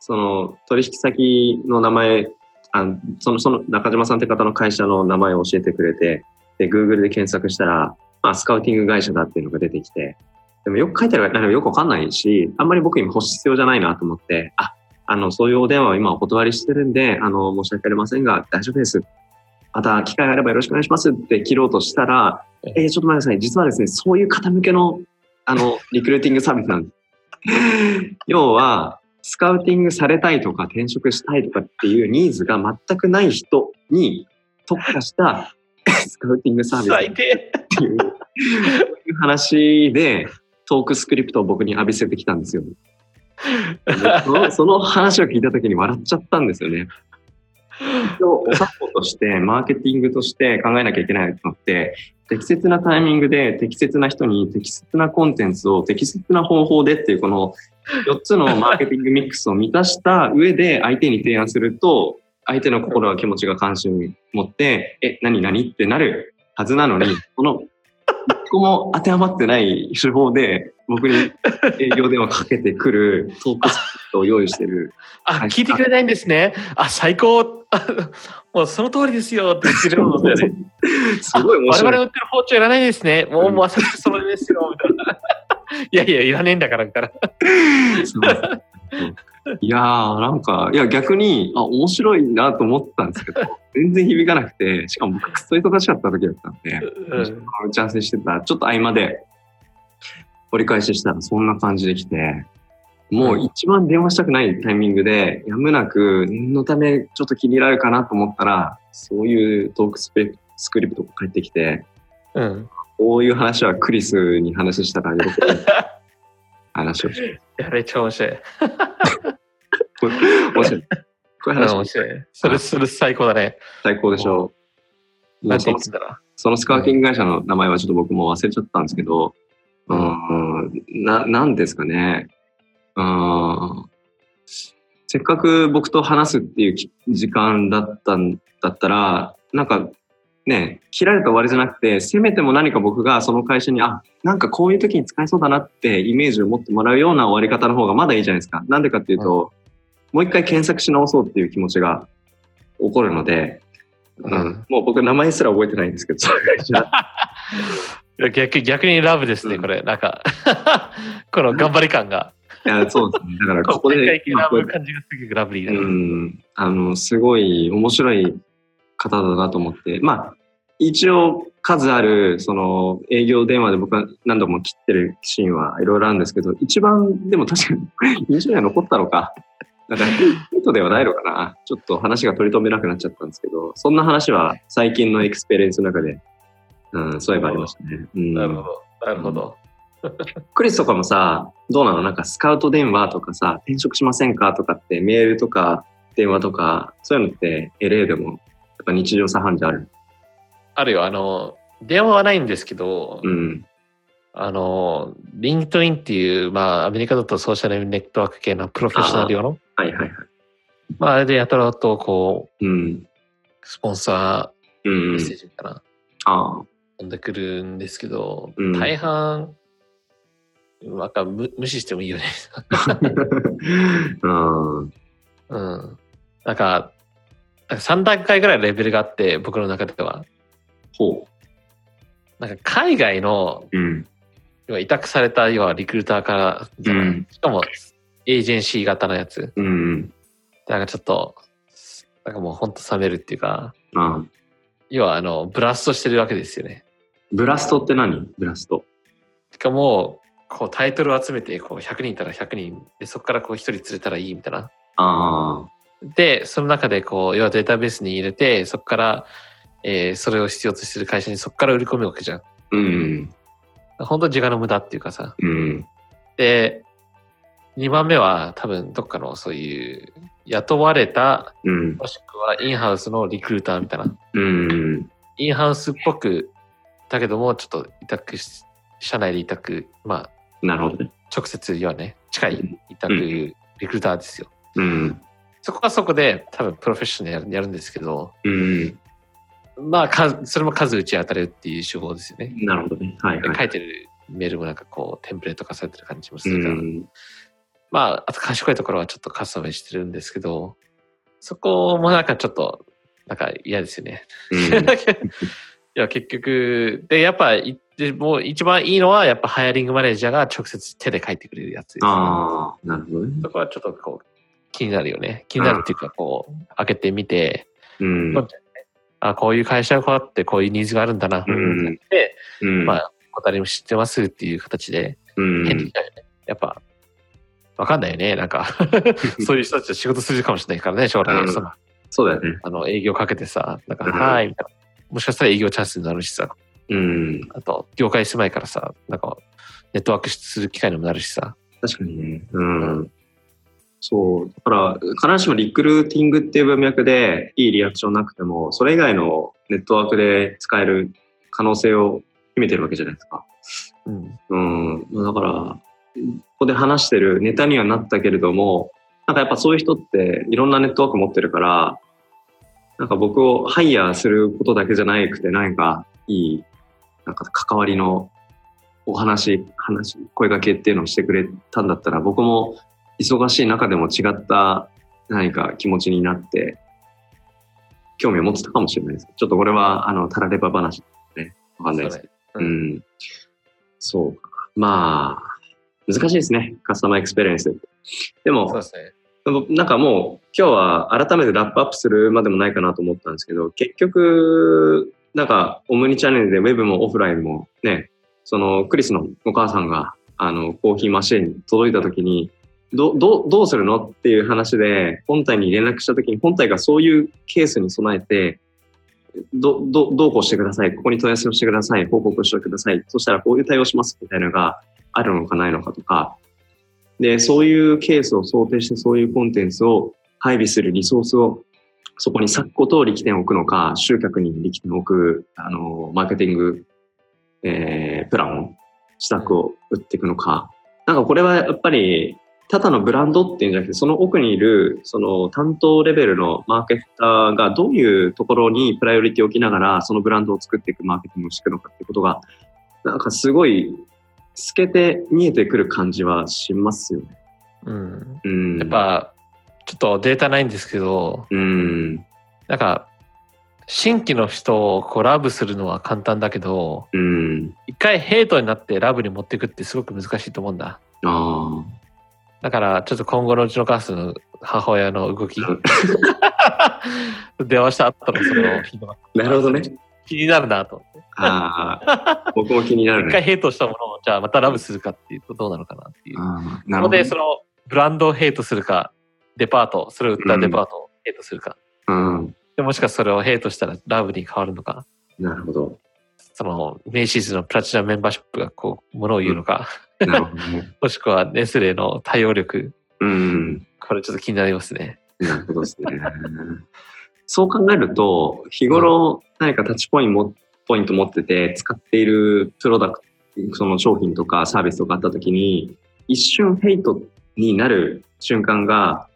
S2: その、取引先の名前、あその、その、中島さんって方の会社の名前を教えてくれて、で、Google で検索したら、まあ、スカウティング会社だっていうのが出てきて、でもよく書いてあるからよくわかんないし、あんまり僕今欲しい必要じゃないなと思って、あ、あの、そういうお電話は今お断りしてるんで、あの、申し訳ありませんが、大丈夫です。また機会があればよろしくお願いしますって切ろうとしたら、
S3: うん
S2: えーちょっと待ってください。実はですね、そういう方向けの、あの、リクルーティングサービスなんです。 要は、スカウティングされたいとか転職したいとかっていうニーズが全くない人に特化した スカウティングサービス
S3: 最低。
S2: っていういう話で、トークスクリプトを僕に浴びせてきたんですよ。でそのその話を聞いた時に笑っちゃったんですよね。一応、お作法として、マーケティングとして考えなきゃいけないのって、適切なタイミングで、適切な人に、適切なコンテンツを、適切な方法でっていう、この4つのマーケティングミックスを満たした上で、相手に提案すると、相手の心や気持ちが関心を持って、え、何何ってなるはずなのに、この一個も当てはまってない手法で、僕に営業電話かけてくるトークスクリプトを用意してる。
S3: あ、聞いてくれないんですね。あ、最高。 あもうその通りですよって言ってるもん だよね。
S2: すごい面
S3: 我
S2: 白
S3: 々
S2: い。
S3: 売ってる包丁いらないですね。も
S2: う
S3: う、
S2: ん
S3: まさしくそれですよ、 みたいな。いやいや、いらねえんだから、みたいな。
S2: すごいいやー、なんか、いや、逆に、あ、面白いなと思ったんですけど、全然響かなくて、しかも僕、くっそ忙しかった時だったんで、
S3: うん。
S2: 打ち合わせしてたら、ちょっと合間で、折り返ししたら、そんな感じで来て、もう一番電話したくないタイミングで、やむなく、念のため、ちょっと気に入られるかなと思ったら、そういうトークスペスクリプトが返ってきて、
S3: うん。
S2: こういう話はクリスに話したら 喜ぶ話をして。
S3: やべ、超面白い。
S2: これ面白い。こういう
S3: うん
S2: 話
S3: 面白い。それ、それ最高だね。
S2: 最高でしょう。
S3: な
S2: なんん
S3: て
S2: か
S3: 言ってたら。
S2: そのスカウティング会社の名前はちょっと僕も忘れちゃったんですけど、うーん、な、なんですかね。うーん。せっかく僕と話すっていうき時間だったんだったら、なんかね、切られた終わりじゃなくて、せめても何か僕がその会社に、あ、なんかこういう時に使えそうだなってイメージを持ってもらうような終わり方の方がまだいいじゃないですか。なんでかっていうと、もう一回検索し直そうっていう気持ちが起こるので、うん
S3: うん
S2: もう僕名前すら覚えてないんですけど、その会社
S3: いや逆逆にラブですね、
S2: うん
S3: これ。なんか、この頑張り感が。
S2: いや、そうですね。だから、ここ
S3: 一回
S2: で
S3: 一、回ラブ感じがすごくラブリーだ
S2: う
S3: ね。
S2: ん、あの、すごい面白い方だなと思って、まあ、一応、数ある、その、営業電話で僕は何度も切ってるシーンはいろいろあるんですけど、一番、でも確かに印象には残ったのか。 なんか、ヒントではないのかな。ちょっと話が取り留めなくなっちゃったんですけど、そんな話は最近のエクスペリエンスの中で、うん、そういえばありましたね。うん、
S3: なるほど。なるほど。
S2: クリスとかもさ、どうなのなんかスカウト電話とかさ、転職しませんかとかってメールとか電話とか、そういうのって LA でも、やっぱ日常茶飯事ある。
S3: あるよ、あの、電話はないんですけど、
S2: うん。
S3: あの、リンクトインっていう、まあ、アメリカだとソーシャルネットワーク系のプロフェッショナル用の、
S2: はいはいはい。
S3: まあ、あれでやたらと、こう、
S2: うん。
S3: スポンサ
S2: う
S3: ーメ
S2: ん
S3: ッ。セージかな、
S2: ああ。
S3: 飛んでくるんですけど、
S2: うん
S3: 大半、なんか無無視してもいいよね。
S2: うん。
S3: うん。なんか、なんか3段階ぐらいレベルがあって、僕の中では。
S2: ほ
S3: なんか海外の、
S2: う。うん。
S3: 要は委託された、要はリクルーターから、
S2: うん
S3: しかもエージェンシー型のやつ。
S2: うん。
S3: なんかちょっと、なんかもうほんと冷めるっていうか、
S2: ああ。
S3: 要はあの、ブラストしてるわけですよね。
S2: ブラストって何ブラスト。
S3: しかも、こうタイトルを集めて、こう100人いたら100人、で、そこからこう1人釣れたらいいみたいな。
S2: ああ。
S3: で、その中でこう、要はデータベースに入れて、そこから、えーそれを必要としてる会社にそこから売り込むわけじゃん。
S2: うん。
S3: 本当に時間の無駄っていうかさ。
S2: うん。
S3: で、2番目は多分どっかのそういう雇われた、
S2: うん。
S3: もしくはインハウスのリクルーターみたいな。
S2: うん。
S3: インハウスっぽく、だけどもちょっと委託し、社内で委託、まあ、
S2: なるほどね。
S3: 直接要はね、近い委託
S2: うん
S3: リクルーターですよ。
S2: うん。
S3: そこはそこで多分プロフェッショナルやるんですけど、
S2: うん。
S3: まあか、それも数打ち当たるっていう手法ですよね。
S2: なるほどね。はい
S3: で
S2: は
S3: 書
S2: い。
S3: いてるメールもなんかこう、テンプレート化されてる感じもす
S2: う
S3: るから。
S2: ん。
S3: まあ、あと賢いところはちょっとカスタマイズしてるんですけど、そこもなんかちょっと、なんか嫌ですよね。 いや、結局、で、やっぱ、いでもう一番いいのは、やっぱハイアリングマネージャーが直接手で書いてくれるやつですね、
S2: ああ。なるほどね。
S3: そこはちょっとこう、気になるよね。気になるっていうか、こう、開けてみて、
S2: うん。
S3: あ、こういう会社がこうあって、こういうニーズがあるんだな、
S2: うん
S3: で、
S2: うん。
S3: まあお誰も知ってますっていう形で、
S2: うん。
S3: 変だよね。やっぱ、わかんないよね。な んか、そういう人たちと仕事するかもしれないからね、将来。
S2: うん
S3: その
S2: そうだよね。
S3: あの、営業かけてさ、なんか、
S2: うん
S3: はーい、みたいな。もしかしたら営業チャンスになるしさ、
S2: うん。
S3: あと、業界狭いからさ、なんか、ネットワークする機会にもなるしさ。
S2: 確かにね。うん。そう。だから、必ずしもリクルーティングっていう文脈でいいリアクションなくても、それ以外のネットワークで使える可能性を秘めてるわけじゃないですか。
S3: うん。
S2: うん。だから、ここで話してるネタにはなったけれども、なんかやっぱそういう人っていろんなネットワーク持ってるから、なんか僕をハイヤーすることだけじゃなくて、なんかいい、なんか関わりのお話、話、声掛けっていうのをしてくれたんだったら、僕も忙しい中でも違った何か気持ちになって、興味を持ってたかもしれないです。ちょっとこれは、あの、たられば話ですね。わかんないですけど
S3: そうね
S2: う。ん。そうか。まあ、難しいですね。カスタマーエクスペリエンスって。で
S3: そう
S2: も
S3: で、すね。
S2: なんかもう、今日は改めてラップアップするまでもないかなと思ったんですけど、結局、なんか、オムニチャンネルでウェブもオフラインもね、その、クリスのお母さんが、あの、コーヒーマシーンに届いた時に、ど、どう、どうするのっていう話で、本体に連絡した時に、本体がそういうケースに備えて、ど、ど、どうこうしてください。ここに問い合わせをしてください。報告をしてください。そしたらこういう対応します。みたいなのがあるのかないのかとか。で、そういうケースを想定して、そういうコンテンツを配備するリソースを、そこに咲くことを力点を置くのか、集客に力点を置く、あの、マーケティング、えー、プランを、施策を打っていくのか。なんかこれはやっぱり、ただのブランドっていうんじゃなくて、その奥にいる、その担当レベルのマーケッターがどういうところにプライオリティを置きながら、そのブランドを作っていく、マーケティングをしていくのかっていうことが、なんかすごい透けて見えてくる感じはしますよね。
S3: うん。
S2: うん。
S3: やっ、ぱ、ちょっとデータないんですけど、
S2: うん、
S3: なんか、新規の人をこうラブするのは簡単だけど、
S2: うん、
S3: 一回ヘイトになってラブに持っていくってすごく難しいと思うんだ。
S2: あ
S3: だから、ちょっと今後のうちのカースの母親の 動き。電話した後のそのフィードバッ
S2: あ、なるほどね。
S3: ク気になるなと。
S2: あ あ、僕も気になる
S3: 一回
S2: ね。
S3: ヘイトしたものを、じゃあまたラブするかっていうとどうなのかなっていう。
S2: あー
S3: な
S2: なる
S3: の
S2: ほど、
S3: で、
S2: ね。
S3: そのブランドをヘイトするか、デパート、それを売ったデパートをヘイトするか。
S2: うん、
S3: でもしかそれをヘイトしたらラブに変わるのか。
S2: なるほど。
S3: そのメイシーズのプラチナメンバーシップがこう、ものを言うのか、
S2: なるほどね。
S3: もしくはネスレの対応力。
S2: うん。
S3: これちょっと気になりますね。
S2: なるほどですね。そう考えると、日頃何かタッチポイントポイント持ってて、使っているプロダクト、その商品とかサービスとかあった時に、一瞬ヘイトになる瞬間が、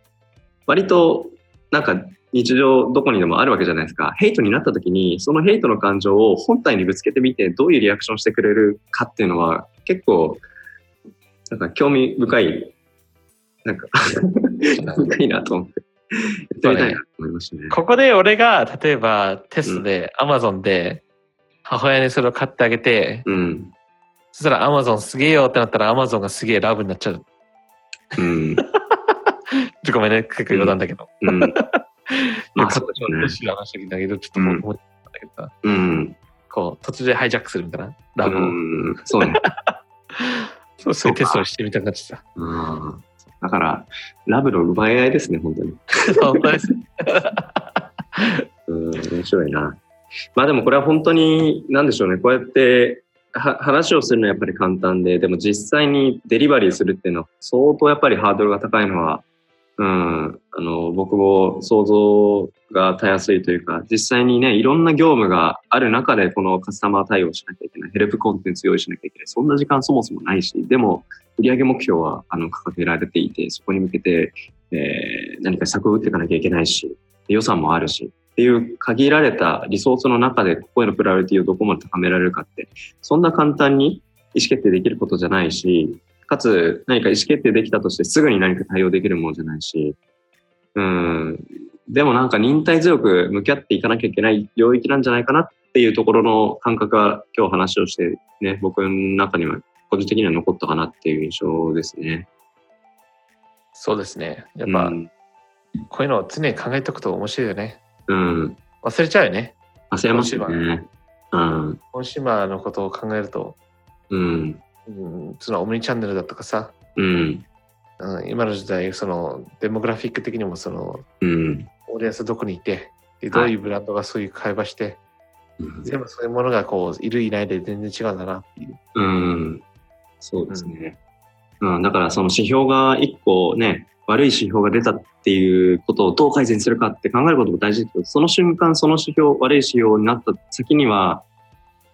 S2: 割となんか日常どこにでもあるわけじゃないですか。ヘイトになった時に、そのヘイトの感情を本体にぶつけてみて、どういうリアクションしてくれるかっていうのは、結構、なんか興味深い、なんか深いなと思って。 やってみたいなと思いましたね。
S3: ここで俺が、例えばテストで、アマゾンで、母親にそれを買ってあげて、
S2: うん。
S3: そしたらアマゾンすげえよってなったらアマゾンがすげえラブになっちゃう。
S2: うん。
S3: ちょごめんね、結構余談だけど。
S2: うん。まあ、
S3: カ
S2: そ
S3: ッ
S2: う
S3: ト
S2: で
S3: ちょっと
S2: す
S3: 話だけど、ちょっともう思ったんだけどさ、
S2: よね。うん。
S3: こう、途中でハイジャックするみたいな、ラブを。
S2: うん、そうね。
S3: そうそういうテストをしてみたくなっちゃ っ
S2: うんだから、ラブの奪い合いですね、本当に。
S3: た。本当です。
S2: うん、面白いな。まあでもこれは本当に、なんでしょうね、こうやっては話をするのはやっぱり簡単で、でも実際にデリバリーするっていうのは相当やっぱりハードルが高いのは、うん、あの、僕も想像がたやすいというか、実際にね、いろんな業務がある中でこのカスタマー対応しなきゃいけない、ヘルプコンテンツ用意しなきゃいけない、そんな時間そもそもないし、でも売上目標はあの掲げられていて、そこに向けて、えー何か策を打っていかなきゃいけないし、予算もあるし、っていう限られたリソースの中でここへのプライオリティをどこまで高められるかってそんな簡単に意思決定できることじゃないしかつ何か意思決定できたとしてすぐに何か対応できるものじゃないしうんでもなんか忍耐強く向き合っていかなきゃいけない領域なんじゃないかなっていうところの感覚が今日話をしてね僕の中には個人的には残ったかなっていう印象ですね。
S3: そうですね。やっぱ、
S2: うん、
S3: こういうのを常に考えておくと面白いよね。
S2: うん、
S3: 忘れちゃうよね。
S2: 焦りますよね。うん、
S3: コンシューマーのことを考えると、
S2: うん、
S3: うん、そのオムニチャンネルだとかさ、
S2: うん、
S3: うん、今の時代、そのデモグラフィック的にもその
S2: うん。
S3: オーディエンスどこにいて、でどういうブランドがそういう会話して、
S2: うん
S3: 全部そういうものがこう、いるいないで全然違うんだなっていう。
S2: うん。そうですね。うん、だからその指標が一個ね、悪い指標が出たっていうことをどう改善するかって考えることも大事ですけど、その瞬間その指標、悪い指標になった先には、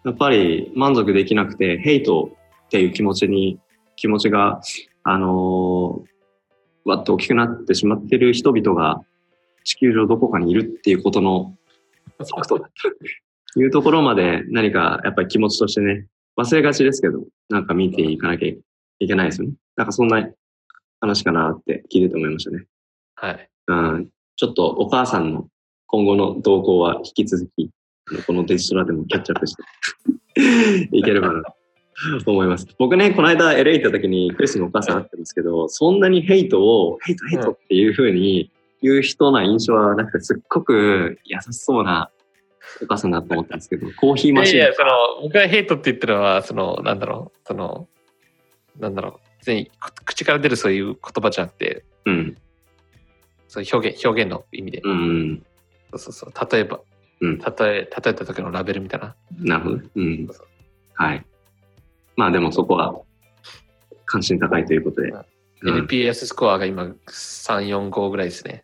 S2: やっぱり満足できなくて、ヘイトっていう気持ちに、気持ちが、あのーわっと大きくなってしまってる人々が地球上どこかにいるっていうことの速度だと いうところまで何かやっぱり気持ちとしてね、忘れがちですけど、なんか見ていかなきゃいけないですよね。なんかそんな話かなって聞いてて思いましたね。
S3: はい。
S2: うん。ちょっとお母さんの今後の動向は引き続き、あのこのデジトラでもキャッチアップして いければなと思います。僕ね、この間 LA 行った時にクリスのお母さん会ってますけど、そんなにヘイトを、ヘイトヘイトっていう風に言う人な印象はなくて、すっごく優しそうなお母さんだと思ったんですけど、コーヒー
S3: い
S2: マ
S3: や
S2: シ
S3: い
S2: ン。
S3: や、その、僕がヘイトって言ってるのは、その、なんだろう、その、なんだろう、全口から出るそういう言葉じゃなくて、
S2: うん。
S3: そういう表現、表現の意味で。
S2: うん。
S3: そうそうそう。例えば、
S2: うん
S3: 例え、例えた時のラベルみたいな。
S2: なるほどね。うん。はい。まあでもそこは関心高いということで。うん
S3: NPS スコアが今3、4、5ぐらいですね。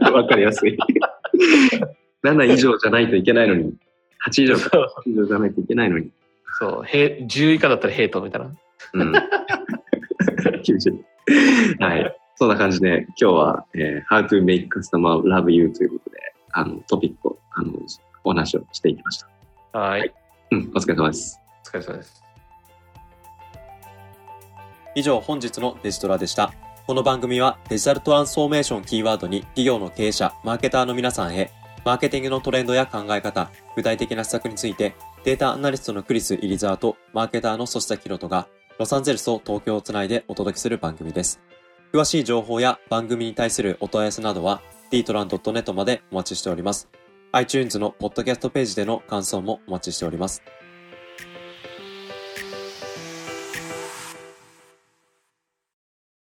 S2: わかりやすい。7以上じゃないといけないのに、8以上か、
S3: そう
S2: 8以上じゃないといけないのに。
S3: そう、へ10以下だったらヘイトみたいな。
S2: うん。 厳しい。はい。そんな感じで、今日は、えー How to make customer love you ということで、あの、トピックを、あの、お話をしていきました。
S3: はい。
S2: うん、お疲れ様です。
S3: お疲れ様です。
S1: 以上本日のデジトラでした。この番組はデジタルトランスフォーメーションキーワードに企業の経営者、マーケターの皆さんへ、マーケティングのトレンドや考え方、具体的な施策について、データアナリストのクリス・イリザーとマーケターの粗下ヒロトが、ロサンゼルスと東京をつないでお届けする番組です。詳しい情報や番組に対するお問い合わせなどは、dtran.net までお待ちしております。iTunes のポッドキャストページでの感想もお待ちしております。